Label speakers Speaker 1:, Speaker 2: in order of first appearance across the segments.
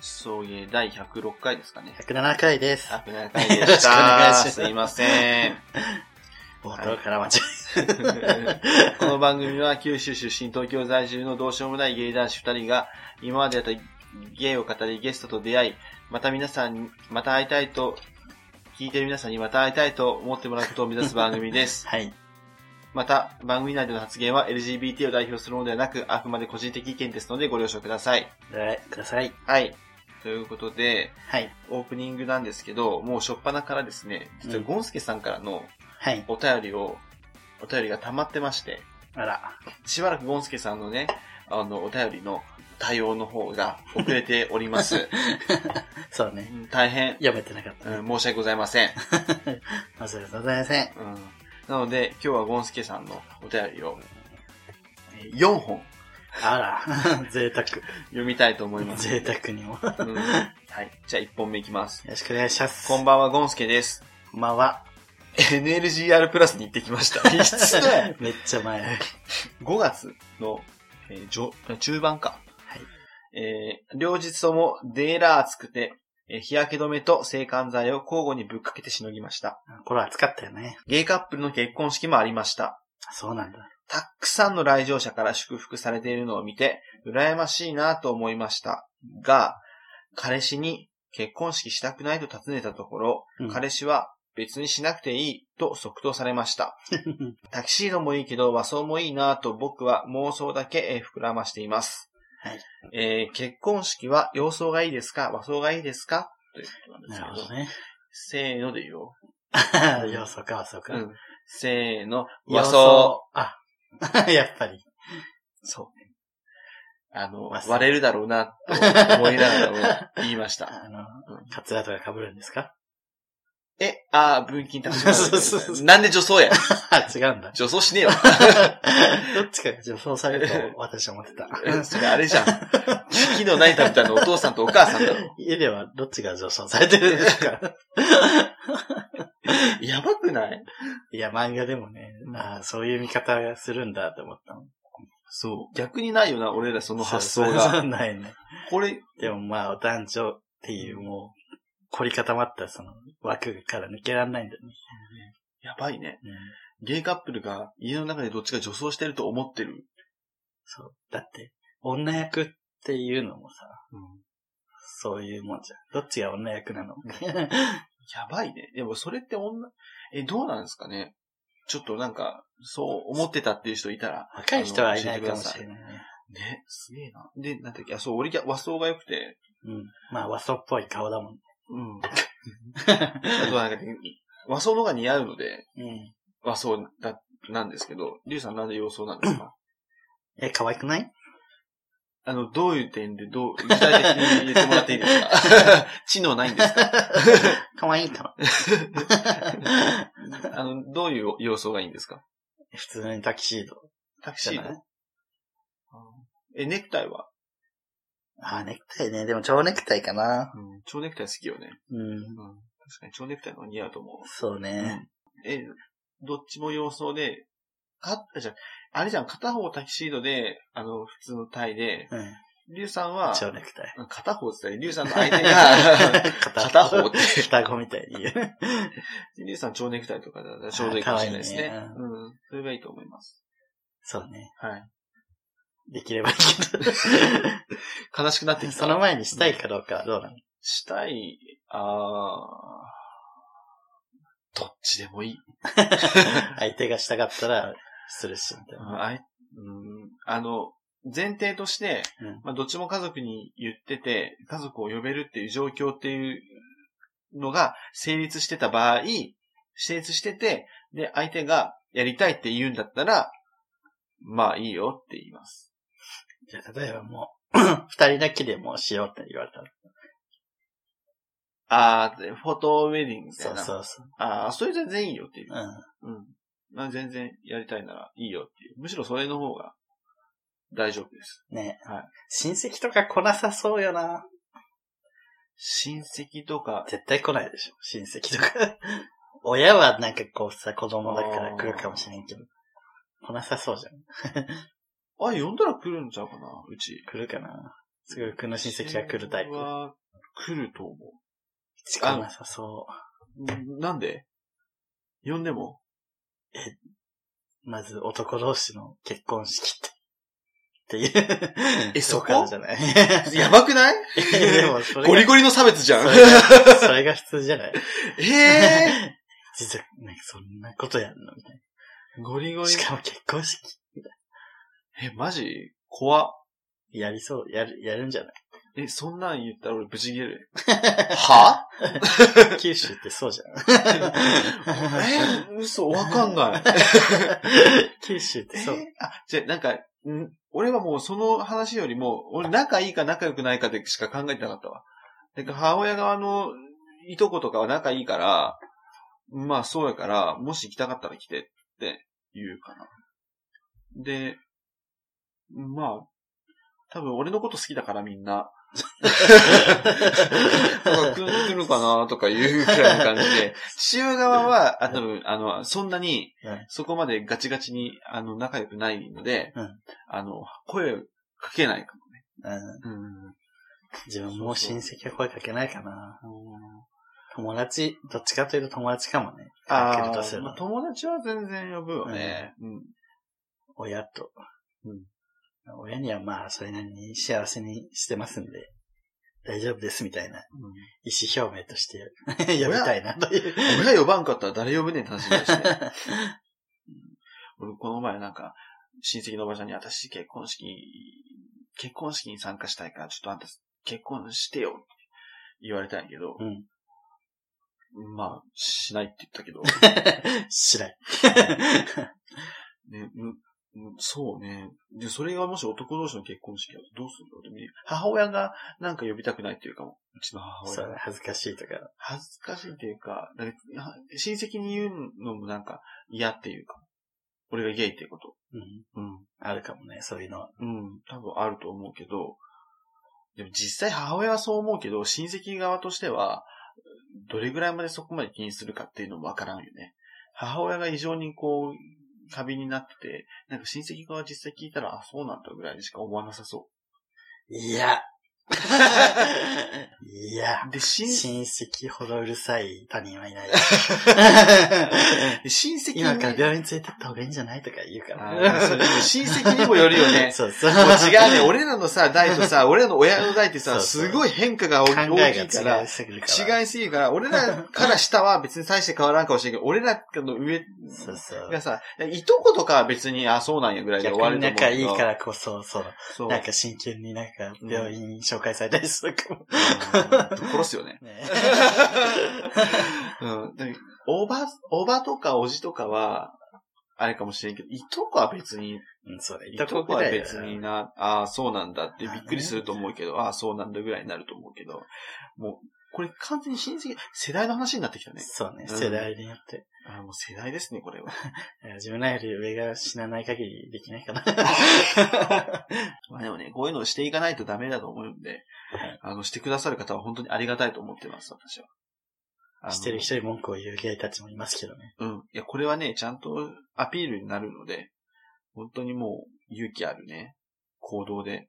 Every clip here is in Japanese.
Speaker 1: 送迎第106回ですかね。
Speaker 2: 107回です。
Speaker 1: 107回でした。すいません。
Speaker 2: 冒頭から間違
Speaker 1: この番組は九州出身、東京在住のどうしようもない芸男子二人が、今までやった芸を語りゲストと出会い、また皆さんに、また会いたいと、聞いてる皆さんにまた会いたいと思ってもらうことを目指す番組で
Speaker 2: え
Speaker 1: す。
Speaker 2: た。はい。
Speaker 1: また、番組内での発言は LGBT を代表するものではなく、あくまで個人的意見ですのでご了承ください。
Speaker 2: ご覧ください。
Speaker 1: はい。ということで、
Speaker 2: はい。
Speaker 1: オープニングなんですけど、もう初っ端からですね、実はゴンスケさんからの
Speaker 2: はい。
Speaker 1: お便りを、お便りが溜まってまして、
Speaker 2: あら。
Speaker 1: しばらくゴンスケさんのね、あの、お便りの対応の方が遅れており ます。
Speaker 2: そう
Speaker 1: う
Speaker 2: ね。
Speaker 1: ん大変、
Speaker 2: 読めてなかった、ね。
Speaker 1: うん申し訳ございません。
Speaker 2: 申し訳ございません。
Speaker 1: うんなので、今日はゴンスケさんのお便りをえー4本
Speaker 2: あら。 贅沢。
Speaker 1: 読みたいと思います。
Speaker 2: 贅沢にも。よ
Speaker 1: うんはい。じゃあ1本目いきます。
Speaker 2: ろしくお願いします。
Speaker 1: こんばんは、ゴンスケです。
Speaker 2: こんばんは。
Speaker 1: NLGR プラスに行ってきました。いつだよ
Speaker 2: めっちゃ前。
Speaker 1: 5月の、えー上中盤か。
Speaker 2: はい
Speaker 1: えー両日ともデーラー暑くて、えー日焼け止めと制汗剤を交互にぶっかけてしのぎました。
Speaker 2: これ暑かったよね。
Speaker 1: ゲイカップルの結婚式もありました。
Speaker 2: そうなんだ。
Speaker 1: たくさんの来場者から祝福されているのを見て、羨ましいなと思いました。が、彼氏に結婚式したくないと尋ねたところ、
Speaker 2: うん
Speaker 1: 彼氏は別にしなくていいと即答されま した。タキシードもいいけど和装もいいなぁと僕は妄想だけえー膨らましています。
Speaker 2: はい
Speaker 1: えー結婚式は洋装がいいですか和装がいいですかということなんです
Speaker 2: な
Speaker 1: け
Speaker 2: る
Speaker 1: ど。
Speaker 2: ほどね。
Speaker 1: せーので言おう。
Speaker 2: 要素か、要素か。
Speaker 1: うんせーの、
Speaker 2: 要
Speaker 1: 和
Speaker 2: 素
Speaker 1: 装。。
Speaker 2: あ。 やっぱり。
Speaker 1: そうね。あの、
Speaker 2: 和装
Speaker 1: 割れるだろうな、と思いな がらも言いました。
Speaker 2: あの、カツラとか被るんですか
Speaker 1: え、あー、文金達
Speaker 2: そうそうそう
Speaker 1: 成。なんで女装や
Speaker 2: あ、違うんだ。
Speaker 1: 女装しねえわ。
Speaker 2: どっちかが女装されると私は思ってた。
Speaker 1: それあれじ ゃん。危機のない食べたのお父さんとお母さんだろ。
Speaker 2: 家ではどっちが上昇されてるんですか
Speaker 1: やばくない
Speaker 2: いや、漫画でもね、ああ、そういう見方がするんだと思ったの。
Speaker 1: そう。逆にないよな、俺らその発想
Speaker 2: そうそう
Speaker 1: が。
Speaker 2: そうないね。
Speaker 1: これ、
Speaker 2: でもまあ、お誕生っていうもう、凝り固まったその枠から抜けられないんだよね。
Speaker 1: やばいね。
Speaker 2: うん
Speaker 1: ゲイカップルが家の中でどっちが女装してると思ってる。
Speaker 2: そう。だって、女役っていうのもさ、そういうもんじゃん。どっちが女役なの
Speaker 1: やばいね。でもそれって女、え、どうなんですかねちょっとなんか、そう思ってたっていう人いたら。
Speaker 2: 若い人はいないかもしれないね。
Speaker 1: ね、すげえな。で、なんだっけ、あ、そう、俺が和装が良くて。
Speaker 2: うん。まあ、和装っぽい顔だもん。
Speaker 1: うん。あとなんか、和装の方が似合うので、
Speaker 2: うん。
Speaker 1: 和装だ、なんですけど、リュウさんなんで洋装なんです か
Speaker 2: え、可愛くない
Speaker 1: あの、どういう点で、どう、具体的に言ってもらっていいですか 知能ないんですか
Speaker 2: 可愛いかも。
Speaker 1: あの、どういう様相がいいんですか
Speaker 2: 普通にタキシード
Speaker 1: タクシ
Speaker 2: じゃ
Speaker 1: ー
Speaker 2: な
Speaker 1: の
Speaker 2: い
Speaker 1: え、ネクタイは、
Speaker 2: ああ、ネクタイね。でも蝶ネクタイかな。
Speaker 1: 蝶ネクタイ好きよね。
Speaker 2: うん。
Speaker 1: 確かに蝶ネクタイの方が似合うと思う。
Speaker 2: そうね。
Speaker 1: え、どっちも様相で、か、じゃあ、あれじゃん、片方タキシードで、あの、普通のタイで、
Speaker 2: うん。
Speaker 1: リュウさんは、
Speaker 2: 蝶ネクタイ。
Speaker 1: 片方って言ったら、リュウ さんの相手が、片方 って
Speaker 2: 双子みたいに言う。
Speaker 1: リュウさん蝶ネクタイとかだったらちょうどいいかもしれないですね。
Speaker 2: あ可愛いね
Speaker 1: うん。それがいいと思います。
Speaker 2: そうね。
Speaker 1: はい。
Speaker 2: できればいい け
Speaker 1: 悲しくなって
Speaker 2: ど。
Speaker 1: きた。
Speaker 2: その前にしたいかどうかはどうなの
Speaker 1: したい、あーどっちでもいい。
Speaker 2: 相手がしたかったら、するし、みたいな。
Speaker 1: あいうんあの、前提として、
Speaker 2: うん
Speaker 1: まあ、どっちも家族に言ってて、家族を呼べるっていう状況っていうのが成立してた場合、成立してて、で、相手がやりたいって言うんだったら、まあいいよって言います。
Speaker 2: じゃあ例えばもう、 二人だけでもうしようって言われたら。
Speaker 1: あーでフォトウェディングみた
Speaker 2: そ
Speaker 1: いうな。
Speaker 2: そうそう。
Speaker 1: ああ、それ全然いいよっていう
Speaker 2: う。ん。
Speaker 1: うん。まあ、全然やりたいならいいよっていう。むしろそれの方が大丈夫です。
Speaker 2: ね、
Speaker 1: はい
Speaker 2: 親戚とか来なさそうよな。
Speaker 1: 親戚とか、
Speaker 2: 絶対来ないでしょ、親戚とか。 親はなんかこうさ、子供だから来るかもしれんけど。来なさそうじゃん。
Speaker 1: あ、呼んだら来るんちゃうかな、うち。
Speaker 2: 来るかな。すごい、僕の親戚が来るタイプ。
Speaker 1: は来ると思。
Speaker 2: 近なさそう
Speaker 1: んなんで呼んでも
Speaker 2: う。まず男同士の結婚式って。っていう。
Speaker 1: えそこ
Speaker 2: 感じゃない
Speaker 1: やばくない
Speaker 2: でもそれ が
Speaker 1: ゴリゴリの差別じゃん
Speaker 2: それがそれが普通じゃない
Speaker 1: え え
Speaker 2: 実は、なんかそんなことやんのみたい
Speaker 1: ー、 ゴリゴ
Speaker 2: な。
Speaker 1: リ
Speaker 2: し。かも結婚式
Speaker 1: え、マジ怖っ
Speaker 2: やりそう、やる、やるんじゃない
Speaker 1: え、そんなん言ったら俺無事切れる。 は
Speaker 2: 九州ってそうじゃん。
Speaker 1: え嘘、わかんない。
Speaker 2: 九州って
Speaker 1: え
Speaker 2: そう。
Speaker 1: あ、じゃあ、なんか、ん俺はもうその話よりも、俺仲いいか仲良くないかでしか考えてなかったわ。なんか母親側のいとことかは仲いいから、まあそうやから、もし行きたかったら来てって言うかな。で、まあ、多分俺のこと好きだからみんな。なんか来る来るかなとかいうくらいの感じで、父親側は、あ、多分、あの、そんなに
Speaker 2: うん、
Speaker 1: そこまでガチガチに、あの、仲良くないので、
Speaker 2: うん
Speaker 1: あの、声かけないかもね。
Speaker 2: うん
Speaker 1: うん。
Speaker 2: 自分もう親戚は声かけないかな。友達、どっちかというと友達かもね。
Speaker 1: あ
Speaker 2: かけるとす
Speaker 1: ー
Speaker 2: る
Speaker 1: ま
Speaker 2: と
Speaker 1: あ、友達は全然呼ぶよね。うん。
Speaker 2: 親と。
Speaker 1: うん
Speaker 2: 親にはまあ、それなりに幸せにしてますんで、大丈夫ですみたいな意思表明としてやりた いなという。
Speaker 1: 親呼ばんかったら誰呼ぶねんって話だしね。俺、この前なんか、親戚のおばちゃんに、私結婚式、結婚式に参加したいから、ちょっとあんた結婚してよって言われたんやけど、
Speaker 2: うん
Speaker 1: まあ、しないって言ったけど、
Speaker 2: 知らん。
Speaker 1: ね、むむそうね。で、それがもし男同士の結婚式だとどうするのでも母親がなんか呼びたくないっていうかも。うちの母
Speaker 2: そ
Speaker 1: 親
Speaker 2: う
Speaker 1: が。
Speaker 2: 恥ずかしいとか。
Speaker 1: 恥ずかしいっていうか、だけどは親戚に言うのもなんか嫌っていうか、俺がゲイっていうこと。
Speaker 2: うん。
Speaker 1: うん。
Speaker 2: あるかもね、そういうの。
Speaker 1: うん、多分あると思うけど、でも実際母親はそう思うけど、親戚側としては、どれぐらいまでそこまで気にするかっていうのもわからんよね。母親が異常にこう、過敏になってて、なんか親戚側実際聞いたら、あ、そうなんだぐらいにしか思わなさそ
Speaker 2: い や。いや。
Speaker 1: う。で、親
Speaker 2: 親戚ほどうるさい他 人はいない。
Speaker 1: で親戚に
Speaker 2: 今から病院連れてった方がいいんじゃないとか言うか
Speaker 1: あ
Speaker 2: ら
Speaker 1: ー。それ親戚にもよるよね。
Speaker 2: そうそう。
Speaker 1: もう違う ね。俺らのさ、代とさ、俺らの親の代ってさ、
Speaker 2: そうそう
Speaker 1: すごい変化が大
Speaker 2: 考え
Speaker 1: 大きいか
Speaker 2: が
Speaker 1: ら
Speaker 2: 違い、すぎるから。
Speaker 1: 違いすぎるから、俺らから下は別に大して変わらんかもしれんけど、俺らの上
Speaker 2: そうそう。
Speaker 1: がさ、いとことかは別に、あ、そうなんやぐらいで
Speaker 2: 逆
Speaker 1: 終わる
Speaker 2: に
Speaker 1: と思う
Speaker 2: 仲
Speaker 1: けど。
Speaker 2: いいからこそ、そう、
Speaker 1: そう。
Speaker 2: なんか真剣になんか病院に紹介されたりするか
Speaker 1: う
Speaker 2: も。
Speaker 1: ん殺すよね。
Speaker 2: ね
Speaker 1: うん。でおば、おばとかおじとかは、あれかもしれんけど、いとこは別に、
Speaker 2: うん、そうだ、い
Speaker 1: い
Speaker 2: と
Speaker 1: と
Speaker 2: こ
Speaker 1: こ
Speaker 2: ぐ
Speaker 1: は
Speaker 2: ら
Speaker 1: い
Speaker 2: だよ
Speaker 1: 別にな、ああ、そうなんだってびっくりすると思うけど、ああ、そうなんだぐらいになると思うけど、もう、これ完全に親戚、世代の話になってきたね。
Speaker 2: そうね、
Speaker 1: うん
Speaker 2: 世代によって。
Speaker 1: ああ、もう世代ですね、これは。
Speaker 2: 自分らより上が死なない限りできないかな。
Speaker 1: まあでもね、こういうのをしていかないとダメだと思うんで、あの、してくださる方は本当にありがたいと思ってます、私は。あの
Speaker 2: してる人に文句を言うゲイたちもいますけどね。
Speaker 1: うん。いや、これはね、ちゃんとアピールになるので、本当にもう勇気あるね、行動で、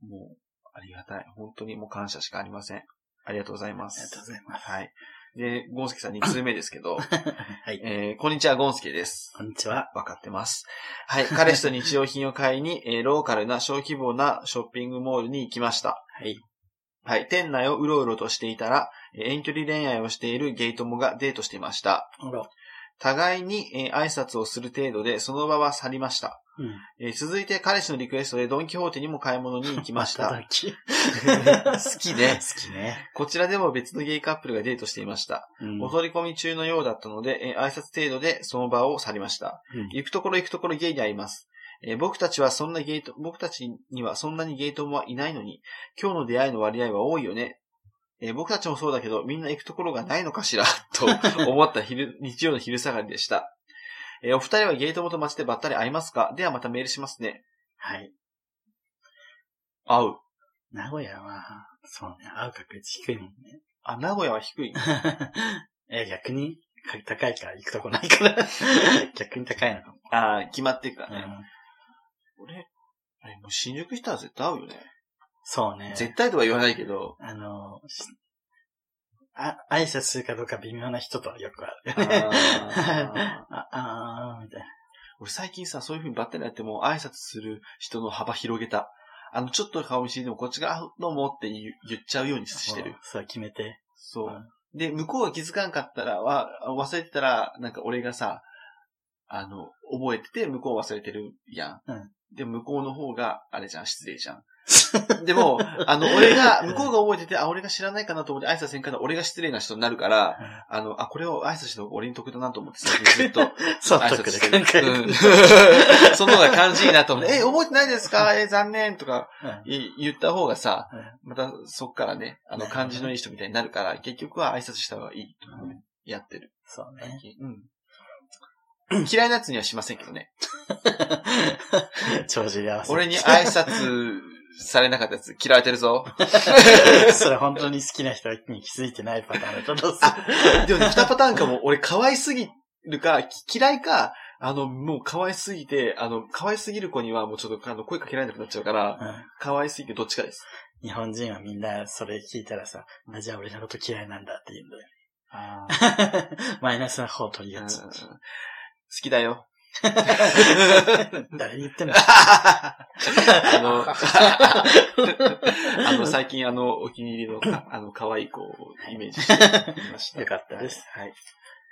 Speaker 1: もう、ありがたい。本当にもう感謝しかありません。ありがとうございま
Speaker 2: あ
Speaker 1: す。
Speaker 2: りがとうございます。
Speaker 1: はい。で、ゴンスケさん2通目ですけど、
Speaker 2: はい。
Speaker 1: えー、こんにちは、ゴンスケです。
Speaker 2: こんにちは。
Speaker 1: わかってます。はい。彼氏と日用品を買いに、えーローカルな小規模なショッピングモールに行きました。
Speaker 2: はい。
Speaker 1: はい。店内をうろうろとしていたら、えー遠距離恋愛をしているゲイ友がデートしていました。
Speaker 2: あら。
Speaker 1: 互いに、えー挨拶をする程度で、その場は去りました。
Speaker 2: うん。
Speaker 1: えー続いて彼氏のリクエストでドンキホーテにも買い物に行きました。
Speaker 2: 働 き
Speaker 1: 好きね
Speaker 2: 好きね。
Speaker 1: こちらでも別のゲイカップルがデートしていました。
Speaker 2: うん
Speaker 1: お取り込み中のようだったので、えー挨拶程度でその場を去りました。
Speaker 2: うん
Speaker 1: 行くところ行くところゲイに会います。えー僕たちはそんなゲイト、僕たちにはそんなにゲイ友はいないのに、今日の出会いの割合は多いよね。えー僕たちもそうだけど、みんな行くところがないのかしら、 と思った昼、 日曜の昼下がりでした。えーお二人はゲイ友と街でばったり会いますかではまたメールしますね。
Speaker 2: はい。
Speaker 1: 会う。
Speaker 2: 名古屋は、そうね、会う確率低いもんね。
Speaker 1: あ、名古屋は低い。
Speaker 2: え、逆に高いから行くとこな いから。逆に高いのかも。
Speaker 1: あー決まってるから
Speaker 2: う
Speaker 1: ね。
Speaker 2: ん
Speaker 1: 俺、あれもう新宿したら絶対会うよね。
Speaker 2: そうね。
Speaker 1: 絶対とは言わないけど、
Speaker 2: あの、しあ、挨拶するかどうか微妙な人とはよくあるよね。
Speaker 1: あ
Speaker 2: あ、あー、みたいな。
Speaker 1: 俺最近さ、そういう風にばったりやっても挨拶する人の幅広げた。あの、ちょっと顔見知りでもこっちが、あどうもって言う言っちゃうようにしてる
Speaker 2: もう。。そう、決めて。
Speaker 1: そう
Speaker 2: うん。
Speaker 1: で、向こうが気づかんかったら、わ、忘れてたら、なんか俺がさ、あの、覚えてて、向こう忘れてるやん。
Speaker 2: うん
Speaker 1: で、向こうの方が、あれじゃん、失礼じゃん。でも、あの、俺が、向こうが覚えてて、あ、俺が知らないかなと思って挨拶せんから、俺が失礼な人になるから、あの、あ、これを挨拶しておく俺に得だなと思って、最近ずっと挨
Speaker 2: そう、
Speaker 1: 拶
Speaker 2: 特
Speaker 1: し
Speaker 2: で
Speaker 1: て
Speaker 2: 考え
Speaker 1: る。
Speaker 2: る。
Speaker 1: うんその方が感じいいなと思って、え、覚えてないですかえ、残念とか
Speaker 2: うん
Speaker 1: い言った方がさ、またそっからね、あの、感じのいい人みたいになるから、結局は挨拶した方がいいと思ってやってる。
Speaker 2: そうね。
Speaker 1: うん。嫌いなやつにはしませんけどね。
Speaker 2: 長寿で合わせて
Speaker 1: 俺に挨拶されなかったやつ嫌われてるぞ。
Speaker 2: それ本当に好きな人に気づいてないパターンだとどうす
Speaker 1: でもね、二パターンかも、俺可愛すぎるか、き嫌いか、あの、もう可愛すぎて、あの、可愛すぎる子にはもうちょっとあの声かけられなくなっちゃうから、
Speaker 2: る、うん
Speaker 1: 可愛すぎてどっちかです。
Speaker 2: 日本人はみんなそれ聞いたらさ、あ、じゃあ俺のこと嫌いなんだって言うん
Speaker 1: あ
Speaker 2: だ よ。マイナスな方を取りがち。
Speaker 1: 好きだよ。
Speaker 2: 誰に言ってん の
Speaker 1: あ の、あの、最近あの、お気に入りのか、あの、可愛い子をイメージしてみました。
Speaker 2: よかったです。
Speaker 1: はい。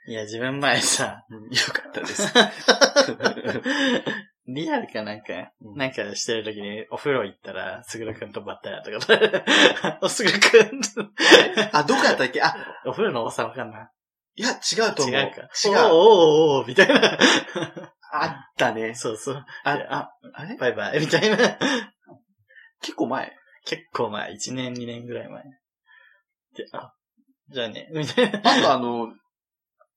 Speaker 2: いや、自分前さ、
Speaker 1: うんよかったです。
Speaker 2: リアルかなんか、
Speaker 1: うん
Speaker 2: なんかしてる時にお風呂行ったら、すぐるくんとばったりだとか、 おすぐるくん、
Speaker 1: あ、どこやったっけあ、
Speaker 2: お風呂の多さわかんない
Speaker 1: いや、違うと
Speaker 2: 違
Speaker 1: 思
Speaker 2: う
Speaker 1: う。
Speaker 2: か。
Speaker 1: 違
Speaker 2: おー
Speaker 1: う。
Speaker 2: おーおーみたいな。
Speaker 1: あったね。
Speaker 2: そうそう。
Speaker 1: あ
Speaker 2: で、あ、
Speaker 1: あれ
Speaker 2: バイバイ、みたいな。
Speaker 1: 結構前。
Speaker 2: 結構前、1年、2年ぐらい前。で、あ、じゃあね、みたいな。
Speaker 1: あとあの、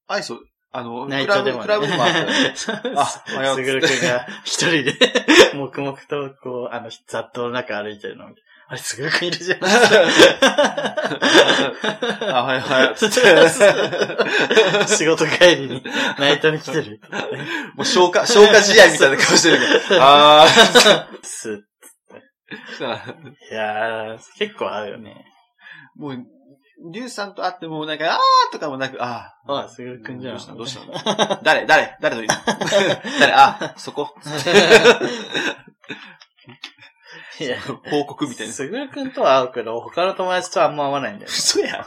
Speaker 1: アイス、あの、
Speaker 2: ナイ
Speaker 1: ク
Speaker 2: ト
Speaker 1: ラ
Speaker 2: で
Speaker 1: ブ、
Speaker 2: も、ね、
Speaker 1: クラブでもあったよ ね。
Speaker 2: そう
Speaker 1: あおはよう
Speaker 2: すぐるくんが一人で、黙々と、こう、あの、雑踏の中歩いてるのを見て。あれ、すぐるくんいるじゃん。
Speaker 1: あ、はいはい。つって
Speaker 2: 仕事帰りに、ナイトに来てる。
Speaker 1: もう消化、消化試合みたいな顔してるけど。 あ
Speaker 2: す
Speaker 1: あ。
Speaker 2: いやー、結構あるよね。
Speaker 1: もう、リュウさんと会っても、なんか、あーとかもなく、あー。
Speaker 2: あすぐるくんじゃん
Speaker 1: どうしたどうした 誰誰誰の い誰あ、そこ。
Speaker 2: いや、
Speaker 1: 報告みたいな。
Speaker 2: すぐるくんとは会うけど、他の友達とはあんま会わないんだよね。
Speaker 1: 嘘やん。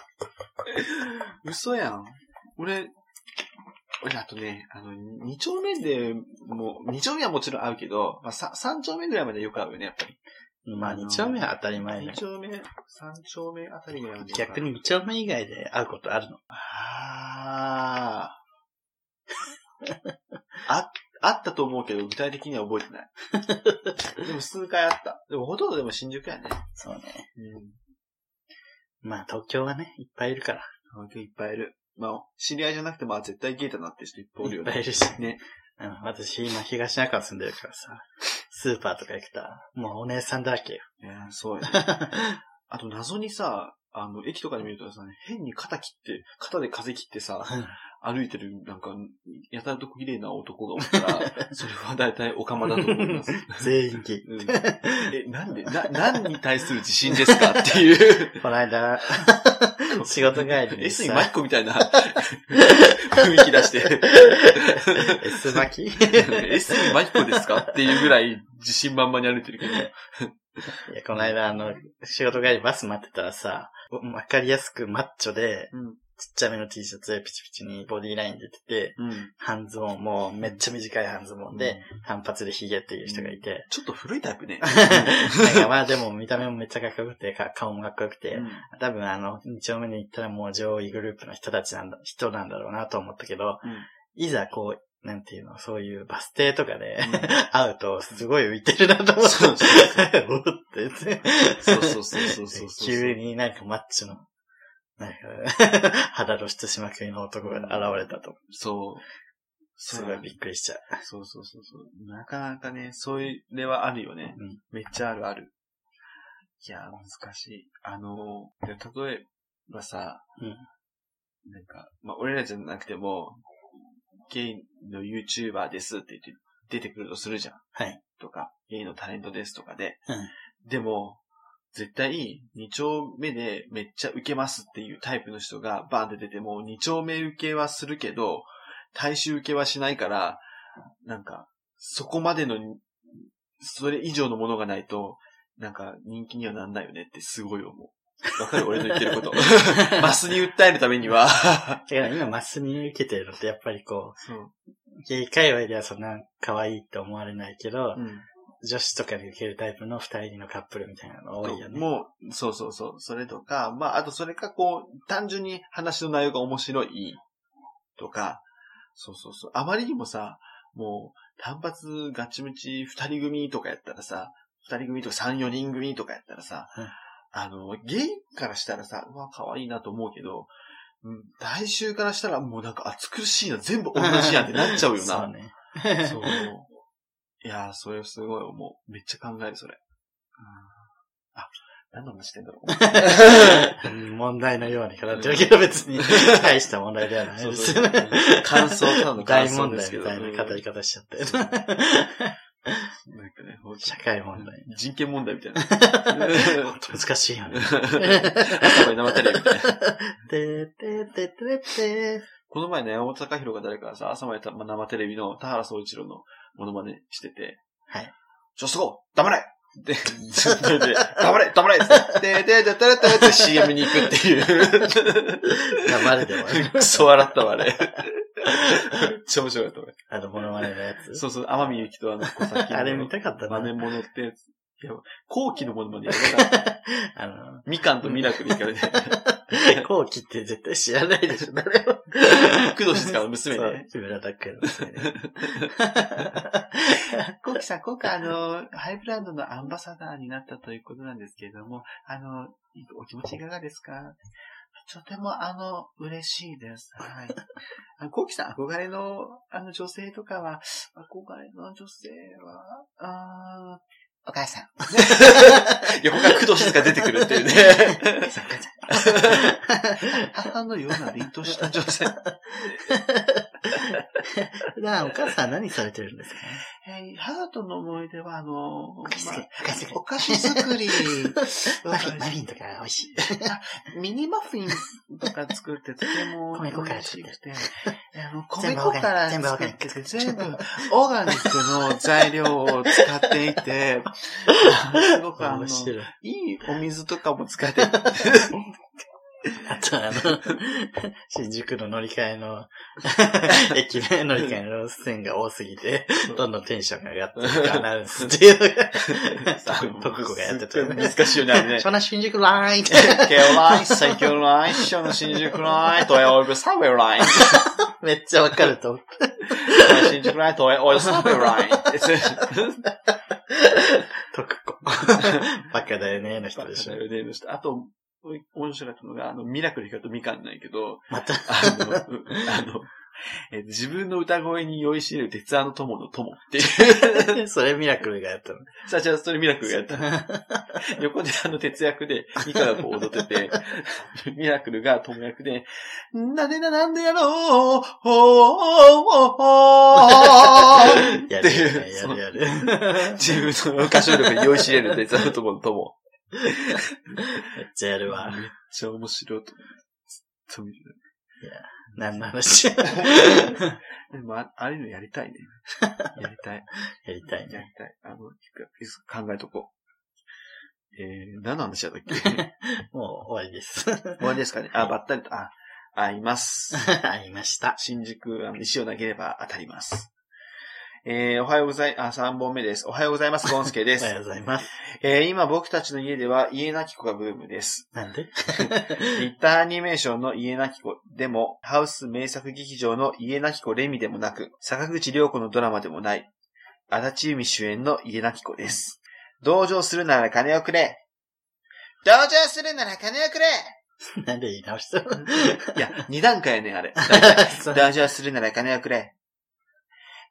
Speaker 1: 嘘やん。俺、俺あとね、あの、二丁目でも、二丁目はもちろん会うけど、まあ、さ三丁目ぐらいまでよく会うよね、やっぱり。
Speaker 2: まあ、二丁目は当たり前だ
Speaker 1: 二
Speaker 2: けど。
Speaker 1: 丁目、三丁目あたりぐらいまでよく会う。
Speaker 2: 逆に二丁目以外で会うことあるの
Speaker 1: ああ。あ、あったと思うけど、具体的には覚えてない。でも数回あった。でもほとんどでも新宿やね。
Speaker 2: そうね。
Speaker 1: うん。
Speaker 2: まあ、東京はね、いっぱいいるから。
Speaker 1: 東京いっぱいいる。まあ、知り合いじゃなくても、あ絶対ゲータなって人いっぱいおる
Speaker 2: いっ
Speaker 1: よ
Speaker 2: ぱいい
Speaker 1: ね。
Speaker 2: るし。
Speaker 1: ね。
Speaker 2: うん、私、今、東中野住んでるからさ、スーパーとか行くと、もうお姉さんだらけよ。
Speaker 1: ねそう やね。あと謎にさ、あの、駅とかで見るとさ、変に肩切って、肩で風切ってさ、歩いてる、なんか、やたらと綺麗な男がおった ら、それは大体オカマだと思います。
Speaker 2: 全員気。
Speaker 1: うんえ、なんで、な、何に対する自信ですかっていう。
Speaker 2: この間、 仕事帰りに
Speaker 1: S
Speaker 2: さ
Speaker 1: にマキコみたいな 雰囲気出して。
Speaker 2: S 巻き
Speaker 1: S にマキコですかっていうぐらい自信満々に歩いてるけど。
Speaker 2: いや、この間、あの、仕事帰りバス待ってたらさ、わかりやすくマッチョで、
Speaker 1: うん。
Speaker 2: ちっちゃめの T シャツでピチピチにボディライン出てて、
Speaker 1: うん。
Speaker 2: 半ズボンもめっちゃ短い半ズボンで、
Speaker 1: で、
Speaker 2: 反発でヒゲっていう人がいて、
Speaker 1: ちょっと古いタイプ ね。
Speaker 2: なんかまあでも見た目もめっちゃかっこよくて、か顔もかっこよくて、
Speaker 1: うん
Speaker 2: 多分あの、二丁目に行ったらもう上位グループの人たちなんだ、人なんだろうなと思ったけど、
Speaker 1: うん
Speaker 2: いざこう、なんていうの、そういうバス停とかで、
Speaker 1: うん
Speaker 2: 会うと、すごい浮いてるなと思って
Speaker 1: そうそ、
Speaker 2: おーって言って
Speaker 1: そうそうそうそうそうそう。
Speaker 2: 急になんかマッチョの、なんか、 肌露出しまくりの男が現れたと。
Speaker 1: そう。
Speaker 2: す
Speaker 1: そう
Speaker 2: ごいびっくりし ちゃう。
Speaker 1: そうそうそうそう。なかなかね、そういう例はあるよね。
Speaker 2: うん
Speaker 1: めっちゃあるある。いやー、難しい。あのー、で例えばさ、なんか、まあ、俺らじゃなくても、ゲイの YouTuber ですって言って出てくるとするじゃん。
Speaker 2: はい。
Speaker 1: とか、ゲイのタレントですとかで。
Speaker 2: うん
Speaker 1: でも、絶対2丁目でめっちゃ受けますっていうタイプの人がバーンって出ても2丁目受けはするけど、大衆受けはしないから、なんか、そこまでの、それ以上のものがないと、なんか人気にはなんないよねってすごい思う。わかる俺の言ってる こと。マスに訴えるためには。
Speaker 2: だから今マスに受けてるのってやっぱりこ
Speaker 1: そう。
Speaker 2: う、ゲイ界隈ではそんな可愛いって思われないけど、
Speaker 1: うん。
Speaker 2: 女子とかで受けるタイプの二人のカップルみたいなの多いよね。
Speaker 1: もう、そうそうそう。それとか、まあ、あとそれかこう、単純に話の内容が面白いとか、そうそうそう。あまりにもさ、もう、単発ガチムチ二人組とかやったらさ、二人組とか三四人組とかやったらさ、
Speaker 2: うん
Speaker 1: あの、ゲイからしたらさ、うわ、可愛いなと思うけど、うん、大衆からしたらもうなんか暑苦しいな、全部同じやんってなっちゃうよ
Speaker 2: そう
Speaker 1: な。
Speaker 2: ね。
Speaker 1: そう。いやー、それすごい思う。めっちゃ考える、それ。あ、何の話してんだろう。
Speaker 2: 問題のように語ってるけど 別に大した問題ではな い
Speaker 1: そう
Speaker 2: で
Speaker 1: そ
Speaker 2: す
Speaker 1: うそう感想、ただの感
Speaker 2: 大
Speaker 1: 想
Speaker 2: 問
Speaker 1: です
Speaker 2: 題
Speaker 1: け
Speaker 2: み
Speaker 1: ど。
Speaker 2: たいな語り
Speaker 1: うん
Speaker 2: 方しちゃって。
Speaker 1: なんかね、
Speaker 2: 社会 問題。
Speaker 1: 人権問題みたい な。
Speaker 2: 本当難しいよね。
Speaker 1: 頭に生テレビみたいな。
Speaker 2: ててててて
Speaker 1: この前ね、山本隆弘が誰かがさ、朝までた生テレビの田原総一郎のモノマネしてて、
Speaker 2: はい。
Speaker 1: ちょ、すごい黙れで、ずっと言って黙れ黙れって、で、で、で、で、で、で、CM に行くっていう。
Speaker 2: 黙れでも。
Speaker 1: クソ笑ったわ、あれ。めっちゃ面白かった、俺。
Speaker 2: あの、モノマネのやつ。
Speaker 1: そうそう、天海祐希とあの、小崎の
Speaker 2: あれ見たかった
Speaker 1: 真
Speaker 2: な。
Speaker 1: 似物ってやつ。いや、後期のものまでやらなかった。
Speaker 2: あの、
Speaker 1: みかんとミラクル行かれて。
Speaker 2: 後期って絶対知らないでしょ、誰も。
Speaker 1: 工藤静香の娘ね。
Speaker 2: そう木村拓哉の娘ね。
Speaker 1: コウキさん、今回あの、ハイブランドのアンバサダーになったということなんですけれども、あの、お気持ちいかがですかとてもあの、嬉しいです。はい。あのコウキさん、憧れの、あの、女性とかは、憧れの女性は、あーお母さん。 横から工藤静香出てくるっていうね。 母のような凛とした女性。
Speaker 2: 普段お母さん何されてるんですか
Speaker 1: えー母との思い出は、あの、
Speaker 2: お菓子作り
Speaker 1: まあ。
Speaker 2: お菓子
Speaker 1: お菓
Speaker 2: 作
Speaker 1: 子作り。
Speaker 2: り。マフィン、マフィンとか美味しい。
Speaker 1: ミニマフィンとか作ってとても
Speaker 2: 米粉から
Speaker 1: 嬉
Speaker 2: 作
Speaker 1: し
Speaker 2: って
Speaker 1: くて、あの米
Speaker 2: 全部
Speaker 1: 粉
Speaker 2: オーガニック
Speaker 1: から
Speaker 2: 全部オー
Speaker 1: 作
Speaker 2: ガ
Speaker 1: っ
Speaker 2: ニッ
Speaker 1: て
Speaker 2: ク
Speaker 1: て、全部オーガニックの材料を使っていて、すごくあの、
Speaker 2: 面
Speaker 1: い
Speaker 2: 白い。
Speaker 1: いお水とかも使って、
Speaker 2: あ とあの、新宿の乗り換えの、駅名乗り換えの線が多すぎて、どんどんテンションが上が っていくアナウンスっていうのが、徳子がやってたよ ね。
Speaker 1: 難しいよね、あれね。
Speaker 2: そんな新宿ラインって。
Speaker 1: ケーライン、最強のライン、一緒の新宿ライン、都営オイルサブウェイ ライン、
Speaker 2: めっちゃわかると思う。
Speaker 1: 新宿ライン、都営オイルサブウェイラ イ ン。
Speaker 2: 徳子。 バカだよね、の人で しょ。
Speaker 1: あと、面白かったのが、あの、ミラクル光とみかんなんやけど、
Speaker 2: また、
Speaker 1: あの、うあの、え自分の歌声に酔いしれる鉄腕の友の友っていう。
Speaker 2: それミラクルがやったの。
Speaker 1: さあ、じゃあ、それミラクルがやった。横であの、鉄役で、ミカがこう踊って て、ミラクルが友役で、なでななんでやろう、ほーほー
Speaker 2: や
Speaker 1: って
Speaker 2: る
Speaker 1: いう
Speaker 2: よね、や るやる。めっ
Speaker 1: 自分の歌唱力に酔いしれる鉄腕の友の 友。
Speaker 2: ちゃやるわ。
Speaker 1: めっちゃ面白いと思う。ずっと見てた
Speaker 2: 何の 話や
Speaker 1: でもあ、あれのやりた いね。やりたい。
Speaker 2: りたい
Speaker 1: や
Speaker 2: ね。
Speaker 1: りたい。あの、考えとこう。えー、何の話だ ったっけ
Speaker 2: もう終わりです。
Speaker 1: 終わりですかね。あ、ばったりと、あ、あ、います。
Speaker 2: 会いました。
Speaker 1: 新宿、あの、石を投げれば当たります。えー、おはようござい、あ、3本目です。おはようございます、ゴンスケで
Speaker 2: おは
Speaker 1: す。
Speaker 2: ようございます。
Speaker 1: えー、今僕たちの家では家なき子がブームです。
Speaker 2: なんで
Speaker 1: リッターアニメーションの家なき子でも、ハウス名作劇場の家なき子レミでもなく、坂口良子のドラマでもない、足立由美主演の家なき子です。同情するなら金をくれ同情するなら金をくれ
Speaker 2: なんで言い直したの
Speaker 1: いや、二段階やねん、あれ。
Speaker 2: そう
Speaker 1: 同情するなら金をくれ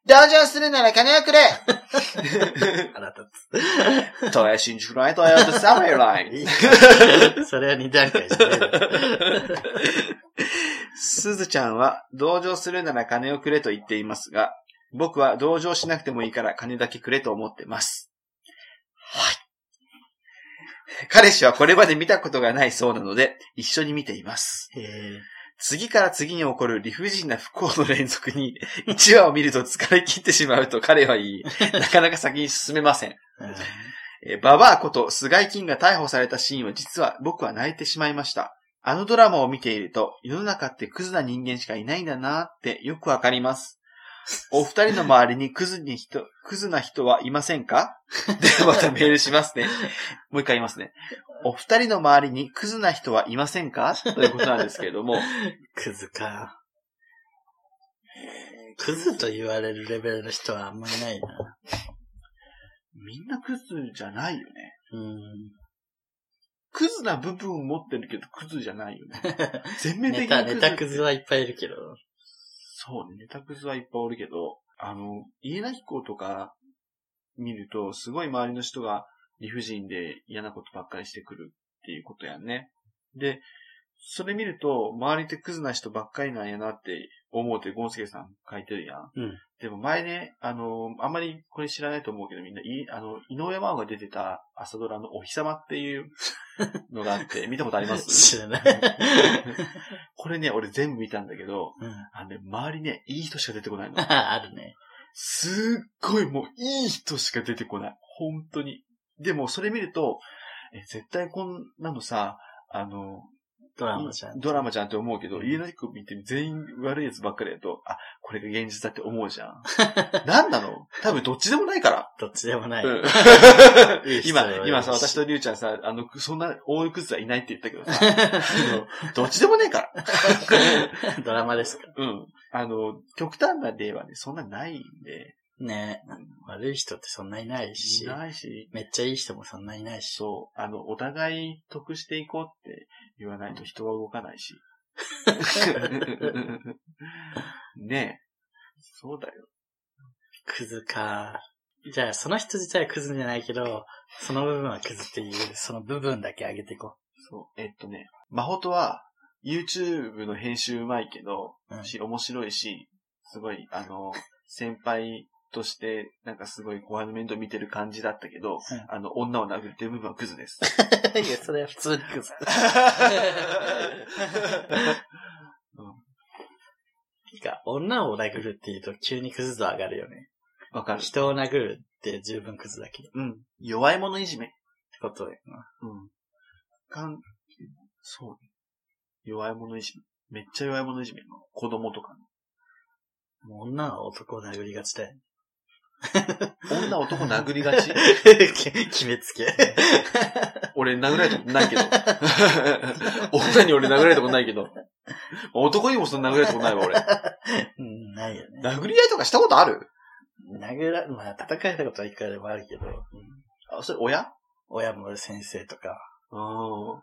Speaker 1: 同情するなら金をくれ
Speaker 2: 腹立
Speaker 1: 東映新宿ライン、東映とサムエライン
Speaker 2: つ。いいか それは2段階じ ゃないの
Speaker 1: すずちゃんは、同情するなら金をくれと言っていますが、僕は同情しなくてもいいから金だけくれと思ってます。彼氏はこれまで見たことがないそうなので、一緒に見ています。
Speaker 2: へえ。
Speaker 1: 次から次に起こる理不尽な不幸の連続に、1話を見ると疲れ切ってしまうと彼は言い、なかなか先に進めません。
Speaker 2: うん
Speaker 1: えーババアこと菅井金が逮捕されたシーンは実は僕は泣いてしまいました。あのドラマを見ていると、世の中ってクズな人間しかいないんだなってよくわかります。お二人の周りにクズに人、クズな人はいませんかではまたメールします ね。もう一回言いますね。お二人の周りにクズな人はいませんかということなんですけれども、
Speaker 2: クズか。クズと言われるレベルの人はあんまりないな。
Speaker 1: みんなクズじゃないよね。
Speaker 2: うん。
Speaker 1: クズな部分を持ってるけどクズじゃないよ ね。全面的に
Speaker 2: ネタ、
Speaker 1: クズ
Speaker 2: ネタクズはいっぱいいるけど。
Speaker 1: そうね、ネタクズはいっぱいおるけど、あの、家なき子とか見ると、すごい周りの人が理不尽で嫌なことばっかりしてくるっていうことやんね。で、それ見ると、周りってクズな人ばっかりなんやなって思うってゴンスケさん書いてるやん。
Speaker 2: うん
Speaker 1: でも前ね、あの、あんまりこれ知らないと思うけど、みんな、いあの、井上真央が出てた朝ドラのお日様っていうのがあって、 見たことあります
Speaker 2: 知らな い。
Speaker 1: これね、俺全部見たんだけど、
Speaker 2: うん、
Speaker 1: あのね、周りね、いい人しか出てこないの。
Speaker 2: あるね。
Speaker 1: すっごいもういい人しか出てこない。本当に。でもそれ見ると、え絶対こんなのさ、あの、
Speaker 2: ドラマじゃん。
Speaker 1: ドラマじゃんって思うけど、家の子見て全員悪いやつばっかりだと、あ、これが現実だって思う じゃん。なんなの多分どっちでもないから。
Speaker 2: どっちでもない。
Speaker 1: うん
Speaker 2: いい人
Speaker 1: 今
Speaker 2: いい、人
Speaker 1: 今さ、私とりゅうちゃんさ、あの、そんな大いくつはいないって言ったけどさ、 あのどっちでもねえから。
Speaker 2: ドラマですか。
Speaker 1: うん。あの、極端な例はね、そんなないんで、
Speaker 2: ね悪い人ってそんないない
Speaker 1: い
Speaker 2: し、
Speaker 1: ないし、
Speaker 2: めっちゃいい人もそんないないし。
Speaker 1: そう。あの、お互い得していこうって言わないと人は動か ないし。ねえ。そうだよ。
Speaker 2: クズか。じゃあ、その人自体はクズじゃないけど、その部分はクズっていう、その部分だけ上げていこ
Speaker 1: そう。えっとね、マホトは YouTube の編集うまいけど、
Speaker 2: うん
Speaker 1: し面白いし、すごい、あの、先輩として、なんかすごい後輩の面倒見てる感じだったけど、
Speaker 2: うん
Speaker 1: あの、女を殴ってる部分はクズ です。
Speaker 2: う。 いや、それは普通にクズ。てか、女を殴るっていうと急にクズ度上がるよね。
Speaker 1: わかる。
Speaker 2: 人を殴るって十分クズだけど。っ
Speaker 1: うん。弱い者いじめ。
Speaker 2: てことだよな。
Speaker 1: うん。かん、そうね。弱い者いじめ。めっちゃ弱い者いじめの子供とか、
Speaker 2: もう女は男を殴りがち だよ。
Speaker 1: 女男殴り がち
Speaker 2: 決めつけ。
Speaker 1: 俺殴られたことないけど。 女に俺殴られたことないけど。男にもそんな殴られたことないわ、俺。
Speaker 2: うん、ないよね。
Speaker 1: 殴り合いとかしたことある
Speaker 2: 殴ら、まあ、叩かれたことはいくらでもあるけど、
Speaker 1: あ、それ親
Speaker 2: 親も先生とか、
Speaker 1: うん。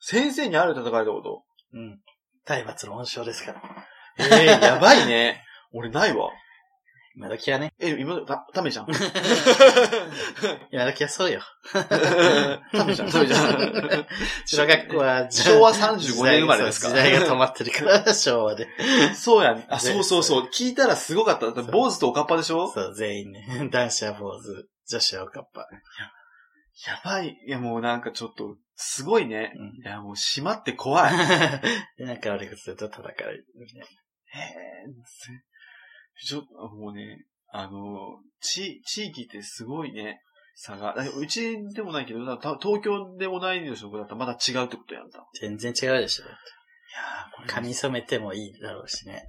Speaker 1: 先生にある戦いだこと。
Speaker 2: うん。体罰の温床ですから。
Speaker 1: ええやばいね。俺ないわ。
Speaker 2: 今時はね、
Speaker 1: え、今、た、た めじゃん。
Speaker 2: 今時はそうよ。
Speaker 1: ためじゃん、ためじゃ ん。
Speaker 2: 小学校は、
Speaker 1: 昭和35年生まれですか
Speaker 2: 時代が止まってる から、昭和で。
Speaker 1: そうやん。 あ、
Speaker 2: で
Speaker 1: そうそうそう。聞いたらすごかった。だって坊主とおかっぱでしょ
Speaker 2: そう、全員ね。 男子は坊主、女子はおかっぱ。
Speaker 1: やばい。いや、もうなんかちょっと、すごいね。
Speaker 2: う
Speaker 1: い
Speaker 2: ん
Speaker 1: や、もう閉まって怖 い。へ
Speaker 2: でなんか悪くすると叩かれるみたいな。
Speaker 1: え。ちょっと、もうね、あの、ち、地域ってすごいね、差が。だうちでもないけど、だた東京で同い年の子だったらまだ違うってことやんだ。いや
Speaker 2: 全然違うでしょ。
Speaker 1: ーこれ
Speaker 2: 髪染めてもいいだろうしね。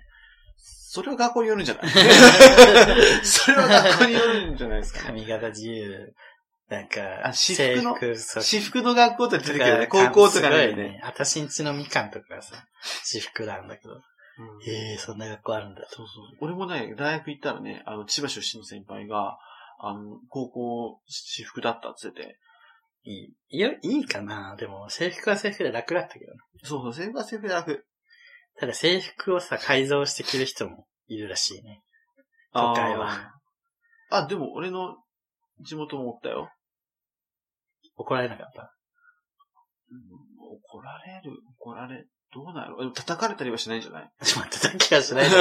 Speaker 1: それは学校によるんじゃない それは学校によるんじゃないです かね。
Speaker 2: 髪型自由、なん
Speaker 1: あ
Speaker 2: か、
Speaker 1: 私服の
Speaker 2: 制服そう
Speaker 1: 私服の学校って出てくるよね。
Speaker 2: とか
Speaker 1: 高校とか
Speaker 2: すご
Speaker 1: で
Speaker 2: い
Speaker 1: ね。。
Speaker 2: 私んちのみかんとかがさ、私服なんだけど。
Speaker 1: うん
Speaker 2: ええそんな学校あるんだ。
Speaker 1: そうそう。俺もね、大学行ったらね、あの、千葉出身の先輩が、あの、高校、私服だったって言ってて、
Speaker 2: いい。いや、いいかなでも、制服は制服で楽だったけどね。
Speaker 1: そうそう、制服は制服で楽。
Speaker 2: ただ制服をさ、改造して着る人もいるらしいね。都会は
Speaker 1: あー。あ、でも俺の地元もおったよ。
Speaker 2: 怒られなかった。
Speaker 1: うん怒られる怒られ、どうなるでも叩かれたりはしないんじゃない
Speaker 2: ちょっと待って、叩きはしないだ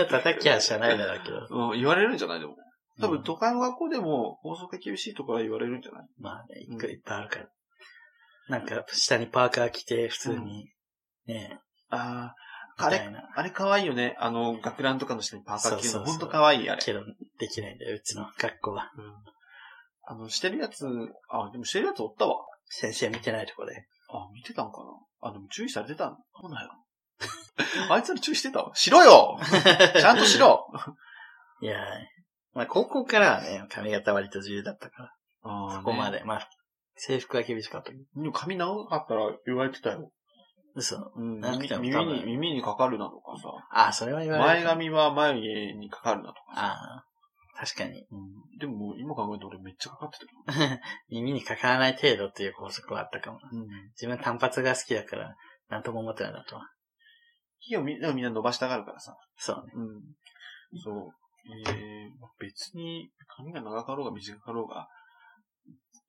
Speaker 2: ろう。叩きはしないだろうけど。
Speaker 1: うん、言われるんじゃないでも。多分都会の学校でも校則が厳しいとか言われるんじゃない
Speaker 2: まあね、いくいっぱいあるから。なんか、下にパーカー着て、普通に、ね
Speaker 1: あ
Speaker 2: え、
Speaker 1: あ、あ
Speaker 2: み
Speaker 1: れ
Speaker 2: たいな。
Speaker 1: あれ可愛いよね。あの、学ランとかの下にパーカー着る
Speaker 2: そうそうそ
Speaker 1: の。
Speaker 2: う
Speaker 1: ほんと可愛い、あれ。
Speaker 2: けど、できないんだよ、うちの学校は。
Speaker 1: あの、してるやつ、あ、でもしてるやつおったわ。
Speaker 2: 先生見てないとこ で。
Speaker 1: あ、見てたんかなあ、でも注意されてたんそうなんや。 あいつら注意してたわしろ よちゃんとしろ
Speaker 2: いやーまあ、高校からはね、髪型割と自由だったか
Speaker 1: あ
Speaker 2: ら、そこま。で。まあ、制服は厳しかったけど。
Speaker 1: でも髪長かったら言われてたよ。
Speaker 2: 嘘。
Speaker 1: うん
Speaker 2: なん
Speaker 1: 耳
Speaker 2: か多分
Speaker 1: 耳に、耳にかかるなとかさ。
Speaker 2: あ、それは言われ
Speaker 1: 前
Speaker 2: るか。
Speaker 1: 髪は眉毛にかかるなとか。
Speaker 2: ああ、確かに。
Speaker 1: うん、でももう今考えると俺めっちゃかかってたけ
Speaker 2: 耳にかからない程度っていう法則はあったかもな。
Speaker 1: ど。うん。
Speaker 2: 自分単発が好きだから、なんとも思ってなかったわ。
Speaker 1: 火をみんなみんな伸ばしたがるからさ。
Speaker 2: そうね。
Speaker 1: うん。そう。えー、別に髪が長かろうが短かろうが、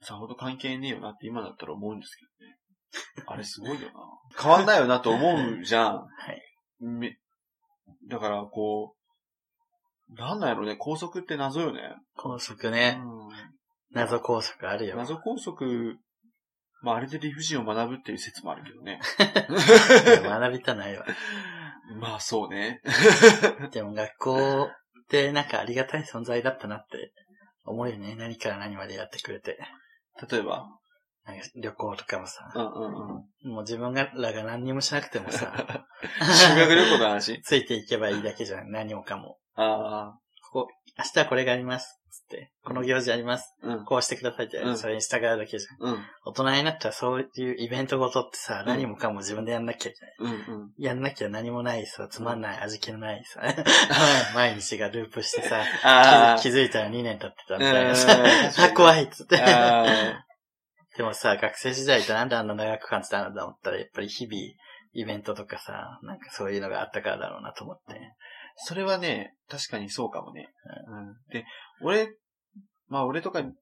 Speaker 1: さほど関係ねえよなって今だったら思うんですけどね。あれすごいよな。変わんないよなと思うじゃん。
Speaker 2: はい。
Speaker 1: め、だからこう、なんなんやろね、高速って謎よね。
Speaker 2: 法則ね。謎法則ある
Speaker 1: うん、
Speaker 2: よ。
Speaker 1: 謎高速、まああれで理不尽を学ぶっていう説もあるけどね。
Speaker 2: いや学びたないわ。
Speaker 1: まあそうね。
Speaker 2: でも学校ってなんかありがたい存在だったなって思うよね。何から何までやってくれて。
Speaker 1: 例えば。
Speaker 2: なんか旅行とかもさ。
Speaker 1: うんうんうん。
Speaker 2: もう自分らが何にもしなくてもさ。
Speaker 1: 修学旅行の話
Speaker 2: ついていけばいいだけじゃん。何もかも。
Speaker 1: あ
Speaker 2: ここ、明日はこれがあります。つって。この行事あります。
Speaker 1: あ。うん。
Speaker 2: こうしてくださいって、
Speaker 1: うん
Speaker 2: それに従うだけじゃん。
Speaker 1: うん。
Speaker 2: 大人になったらそういうイベントごとってさ、
Speaker 1: ん
Speaker 2: 何もかも自分でやんなきゃいけない。
Speaker 1: うんうん。
Speaker 2: やんなきゃ何もないさ、つまんない、味気のないさ、 毎日がループしてさ、
Speaker 1: ああ。
Speaker 2: 気づ気づいたら2年経ってたみたいなさ、 あ、
Speaker 1: あ
Speaker 2: 怖いっつって。
Speaker 1: あ
Speaker 2: でもさ、学生時代ってなんであんな長く感じたんだと思ったら、やっぱり日々、イベントとかさ、なんかそういうのがあったからだろうなと思って。
Speaker 1: それはね、確かにそうかもね。うん、で、俺、まあ俺とかね、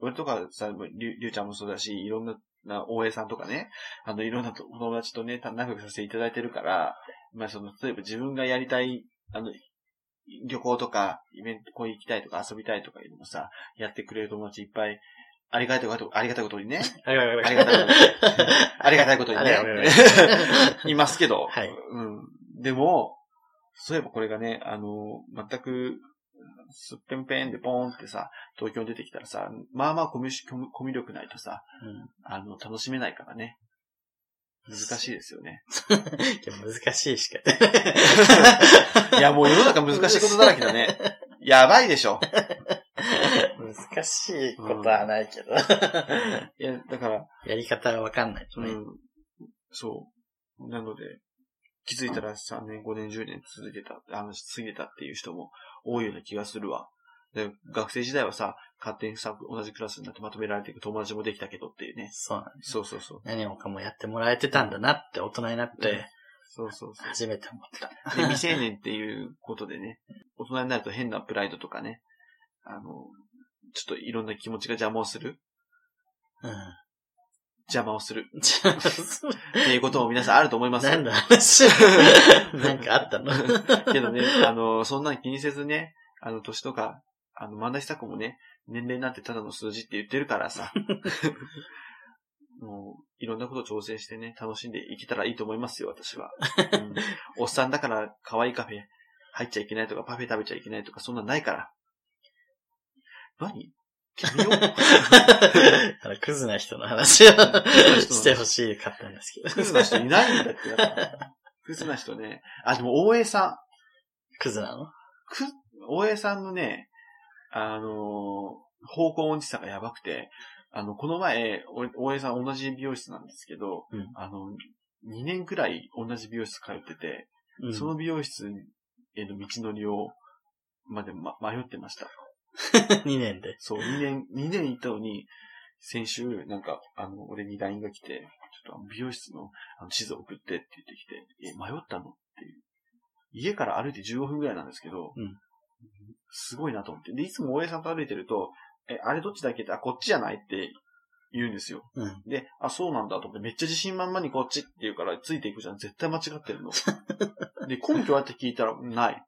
Speaker 1: 俺とかさ、りゅうりゅうちゃんもそうだし、いろんな、な、大江さんとかね、あの、いろんなとお友達とね、た仲良くさせていただいてるから、まあその、例えば自分がやりたい、あの、旅行とか、イベント、こう行きたいとか遊びたいとかいうのもさ、やってくれる友達いっぱい、ありがたいこと、ありがたいことにね、
Speaker 2: ありが
Speaker 1: ありがたいことにありがたいことにね
Speaker 2: ありがたい、
Speaker 1: いますけど、
Speaker 2: はい
Speaker 1: うん。でも、そういえばこれがね、あの、全く、すっぺんぺんでポーンってさ、東京に出てきたらさ、まあまあコミュコミュコミュ力ないとさ、あの、楽しめないからね。難しいですよね。
Speaker 2: いや難し いしか。
Speaker 1: いや、もう世の中難しいことだらけだね。やばいでしょ。
Speaker 2: 難しいことはないけど。
Speaker 1: いや、だから、
Speaker 2: やり方はわかんないと
Speaker 1: う
Speaker 2: ね。
Speaker 1: ん。そう。なので、気づいたら3年、5年、10年続いてた、あの、過ぎてたっていう人も多いような気がするわ。で学生時代はさ、勝手にさ、同じクラスになってまとめられていく友達もできたけどっていうね。
Speaker 2: そうなんだ
Speaker 1: そうそうそう。
Speaker 2: 何もかもやってもらえてたんだなって大人になっ
Speaker 1: うん
Speaker 2: て
Speaker 1: そうそうそ
Speaker 2: 初めて思った。
Speaker 1: う。 で、未成年っていうことでね、大人になると変なプライドとかね、あの、ちょっといろんな気持ちが邪魔をする。
Speaker 2: うん。
Speaker 1: 邪魔をする。
Speaker 2: じゃあそう
Speaker 1: っていうことも皆さんあると思います。
Speaker 2: 何の話なんかあったの
Speaker 1: けどね、 あの、そんなに気にせずね、あの、年とか、あの、万田久子もね、年齢になってただの数字って言ってるからさ、もう、いろんなこと挑戦してね、楽しんでいけたらいいと思いますよ、私は。うんおっさんだから、可愛いカフェ入っちゃいけないとか、パフェ食べちゃいけないとか、そんなんないから。何君を
Speaker 2: あの、クズな人の話をしてほしいかったんですけ
Speaker 1: ク
Speaker 2: ど。
Speaker 1: ズな人いないんだってやっぱ。クズな人ね。あ、でも、大江さん。
Speaker 2: クズなの
Speaker 1: く、大江さんのね、あのー方向音痴さがやばくて、あの、この前、お大江さん同じ美容室なんですけど、
Speaker 2: うん
Speaker 1: あの、2年くらい同じ美容室通ってて、
Speaker 2: うん
Speaker 1: その美容室への道のりを、まで、ま、迷ってました。
Speaker 2: 2年で。
Speaker 1: そう、2年、2年行ったのに、先週、なんか、あの、俺に LINE が来て、ちょっとあの美容室のあの地図を送ってって言ってきて、え、迷ったのっていう。家から歩いて15分ぐらいなんですけど、
Speaker 2: うん
Speaker 1: すごいなと思って。で、いつも大江さんと歩いてると、え、あれどっちだっけって、あ、こっちじゃないって言うんですよ。
Speaker 2: うん。
Speaker 1: で、あ、そうなんだと思って、めっちゃ自信満々にこっちって言うから、ついていくじゃん。絶対間違ってる の。で、根拠あって聞いたら、ない。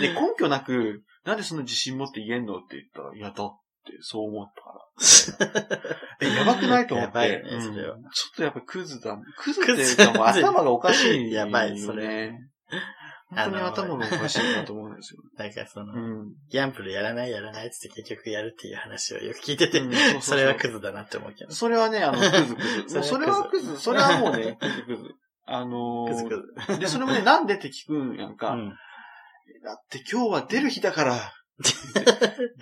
Speaker 1: で、根拠なく、なんでその自信持って言えんのって言ったら、いや、だって、そう思った から。え、やばくないと思って。
Speaker 2: やばいよねそれは
Speaker 1: うんちょっとやっぱクズだ。クズっ
Speaker 2: ズ
Speaker 1: ていうか、もう頭がおかしい、
Speaker 2: やばいそれ。
Speaker 1: 本当に頭がおかしいなと思うんですよ。
Speaker 2: なんかその、
Speaker 1: うん。
Speaker 2: ギャンブルやらないやらないっつって結局やるっていう話をよく聞いてて、
Speaker 1: うんそうそうそう
Speaker 2: それはクズだなって思うけど。
Speaker 1: それはね、あの、クズクズ。もうそ
Speaker 2: そ
Speaker 1: れ
Speaker 2: れ
Speaker 1: は
Speaker 2: は
Speaker 1: ク
Speaker 2: ク
Speaker 1: ズ。それはもうね、クズクズ。あの
Speaker 2: クズク
Speaker 1: ー、
Speaker 2: ズ。
Speaker 1: で、それもね、なんでって聞くんやん
Speaker 2: う
Speaker 1: か。
Speaker 2: ん。
Speaker 1: だって今日は出る日だ から。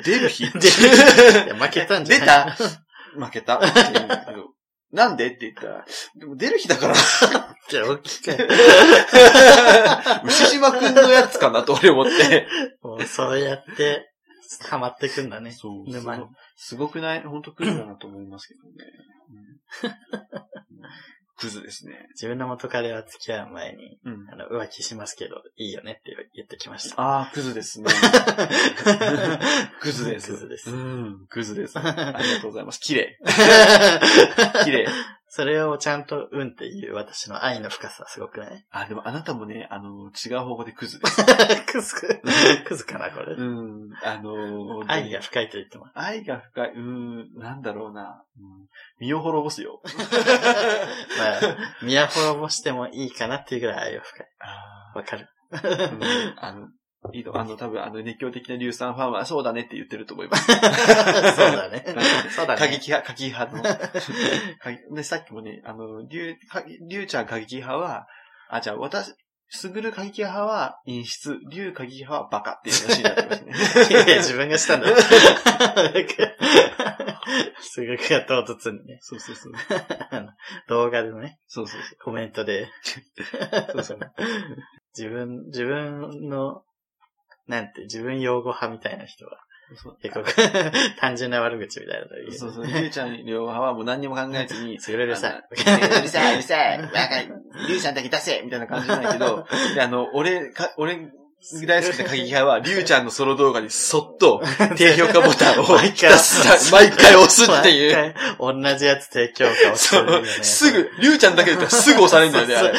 Speaker 1: 出る日
Speaker 2: 出るいや負けたんじゃない
Speaker 1: 出た負けたって言うんだけど。なんでって言ったら、でも出る日だ から。
Speaker 2: じゃあ大きく。
Speaker 1: 牛島くんのやつかなと俺思って。
Speaker 2: もうそうやって、ハマってくんだね。
Speaker 1: そう。
Speaker 2: 沼に
Speaker 1: すごすごくない本当クズだなと思いますけどね。うんクズですね。
Speaker 2: 自分の元彼は付き合う前に、
Speaker 1: うん。
Speaker 2: あの、浮気しますけど、いいよねって言ってきま した。
Speaker 1: ああ、クズ ですね。クズです。
Speaker 2: クズです
Speaker 1: うん、クズです。ありがとうございます。綺麗。綺麗。
Speaker 2: それをちゃんと、うんっていう私の愛の深さすごくない
Speaker 1: あ、でもあなたもね、あの、違う方向でクズです。
Speaker 2: クズ、クズかな、これ
Speaker 1: う。ん、あの、
Speaker 2: 愛が深いと言ってます。
Speaker 1: 愛が深い。うーん、なんだろうな。うん、身を滅ぼす よ。
Speaker 2: まあ、見滅ぼしてもいいかなっていうぐらい愛が深い。
Speaker 1: あ
Speaker 2: わかる。
Speaker 1: ーうんあの、いいの、あの、多分、あの、熱狂的な硫酸ファンは、そうだねって言ってると思います。
Speaker 2: そうだね。そうだね。
Speaker 1: 過激派、過激派 の。過激で、さっきもね、あの、りゅう、かりゅうちゃん過激派は、あ、じゃあ、私、すぐる過激派は陰湿、りゅう過激派はバカっていう話になってますね。
Speaker 2: いやいや自分がしたんだ。すごく唐突にね。
Speaker 1: そうそうそう。
Speaker 2: あの動画でもね、
Speaker 1: そうそう
Speaker 2: コメントで。
Speaker 1: そうそう
Speaker 2: 自分、自分の、なんて、自分擁護派みたいな人は、
Speaker 1: そう。
Speaker 2: 結構、単純な悪口みたいなの言う
Speaker 1: そうそう。りゅうちゃん両派はもう何にも考えず に、
Speaker 2: それうるさい。
Speaker 1: うるさい、うるさい、若い、リュウちゃんだけ出せみたいな感じなんだけ ど、であの、俺、か俺、大好きな鍵派は、リュウちゃんのソロ動画にそっと、低評価ボタンを
Speaker 2: 毎回
Speaker 1: ひたすら毎回押すっていう。
Speaker 2: 毎回同じやつ提供価をす
Speaker 1: そ
Speaker 2: るよ
Speaker 1: う
Speaker 2: ね。
Speaker 1: すぐ、リュウちゃんだけだったらすぐ押されるんだよね、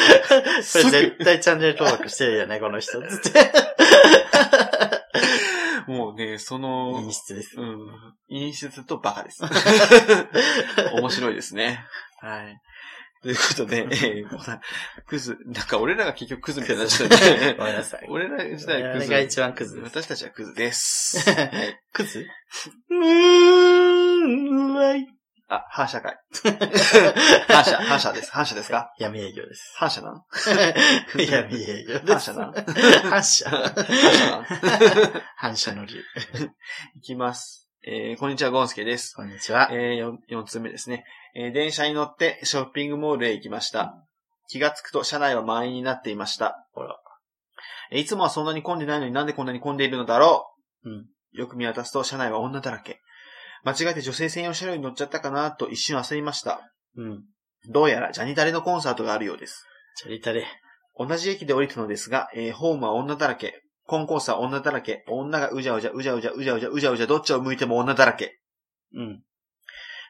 Speaker 2: それ絶対チャンネル登録してるよね、この 人。つって。
Speaker 1: あれ。もうね、その
Speaker 2: 陰、湿です。
Speaker 1: うん、陰湿とバカです。 面白いですね。はい。ということ で、えー、こんなクズ、なんか俺らが結局クズみたいになっちゃったね
Speaker 2: ごめんなさい。
Speaker 1: 俺ら自体はク
Speaker 2: 俺
Speaker 1: ズ。
Speaker 2: が一番クズです
Speaker 1: 私たちはクズです。
Speaker 2: クズムーンライ
Speaker 1: あ、反社会。
Speaker 2: ト。
Speaker 1: 反社、反社です。反社ですか
Speaker 2: 闇営業です。
Speaker 1: 反社なの
Speaker 2: 闇営業で
Speaker 1: 反
Speaker 2: す
Speaker 1: 社。 なの反
Speaker 2: 反射。
Speaker 1: 社なの
Speaker 2: 反射の竜。
Speaker 1: いきます。えー、こんにちは、ゴンスケです。
Speaker 2: こんにちは。
Speaker 1: えー、4, 四つ目ですね。えー、電車に乗ってショッピングモールへ行きました。気がつくと車内は満員になっていました。
Speaker 2: ほら。
Speaker 1: えーいつもはそんなに混んでないのになんでこんなに混んでいるのだろう
Speaker 2: うん
Speaker 1: よく見渡すと車内は女だらけ。間違えて女性専用車両に乗っちゃったかなと一瞬焦りました。
Speaker 2: うん。
Speaker 1: どうやらジャニタレのコンサートがあるようです。
Speaker 2: チャリタレ。
Speaker 1: 同じ駅で降りたのですが、えーホームは女だらけ。コンコースは女だらけ。女がうじゃうじゃうじゃうじゃうじゃうじゃうじゃうじゃどっちを向いても女だらけ。
Speaker 2: うん。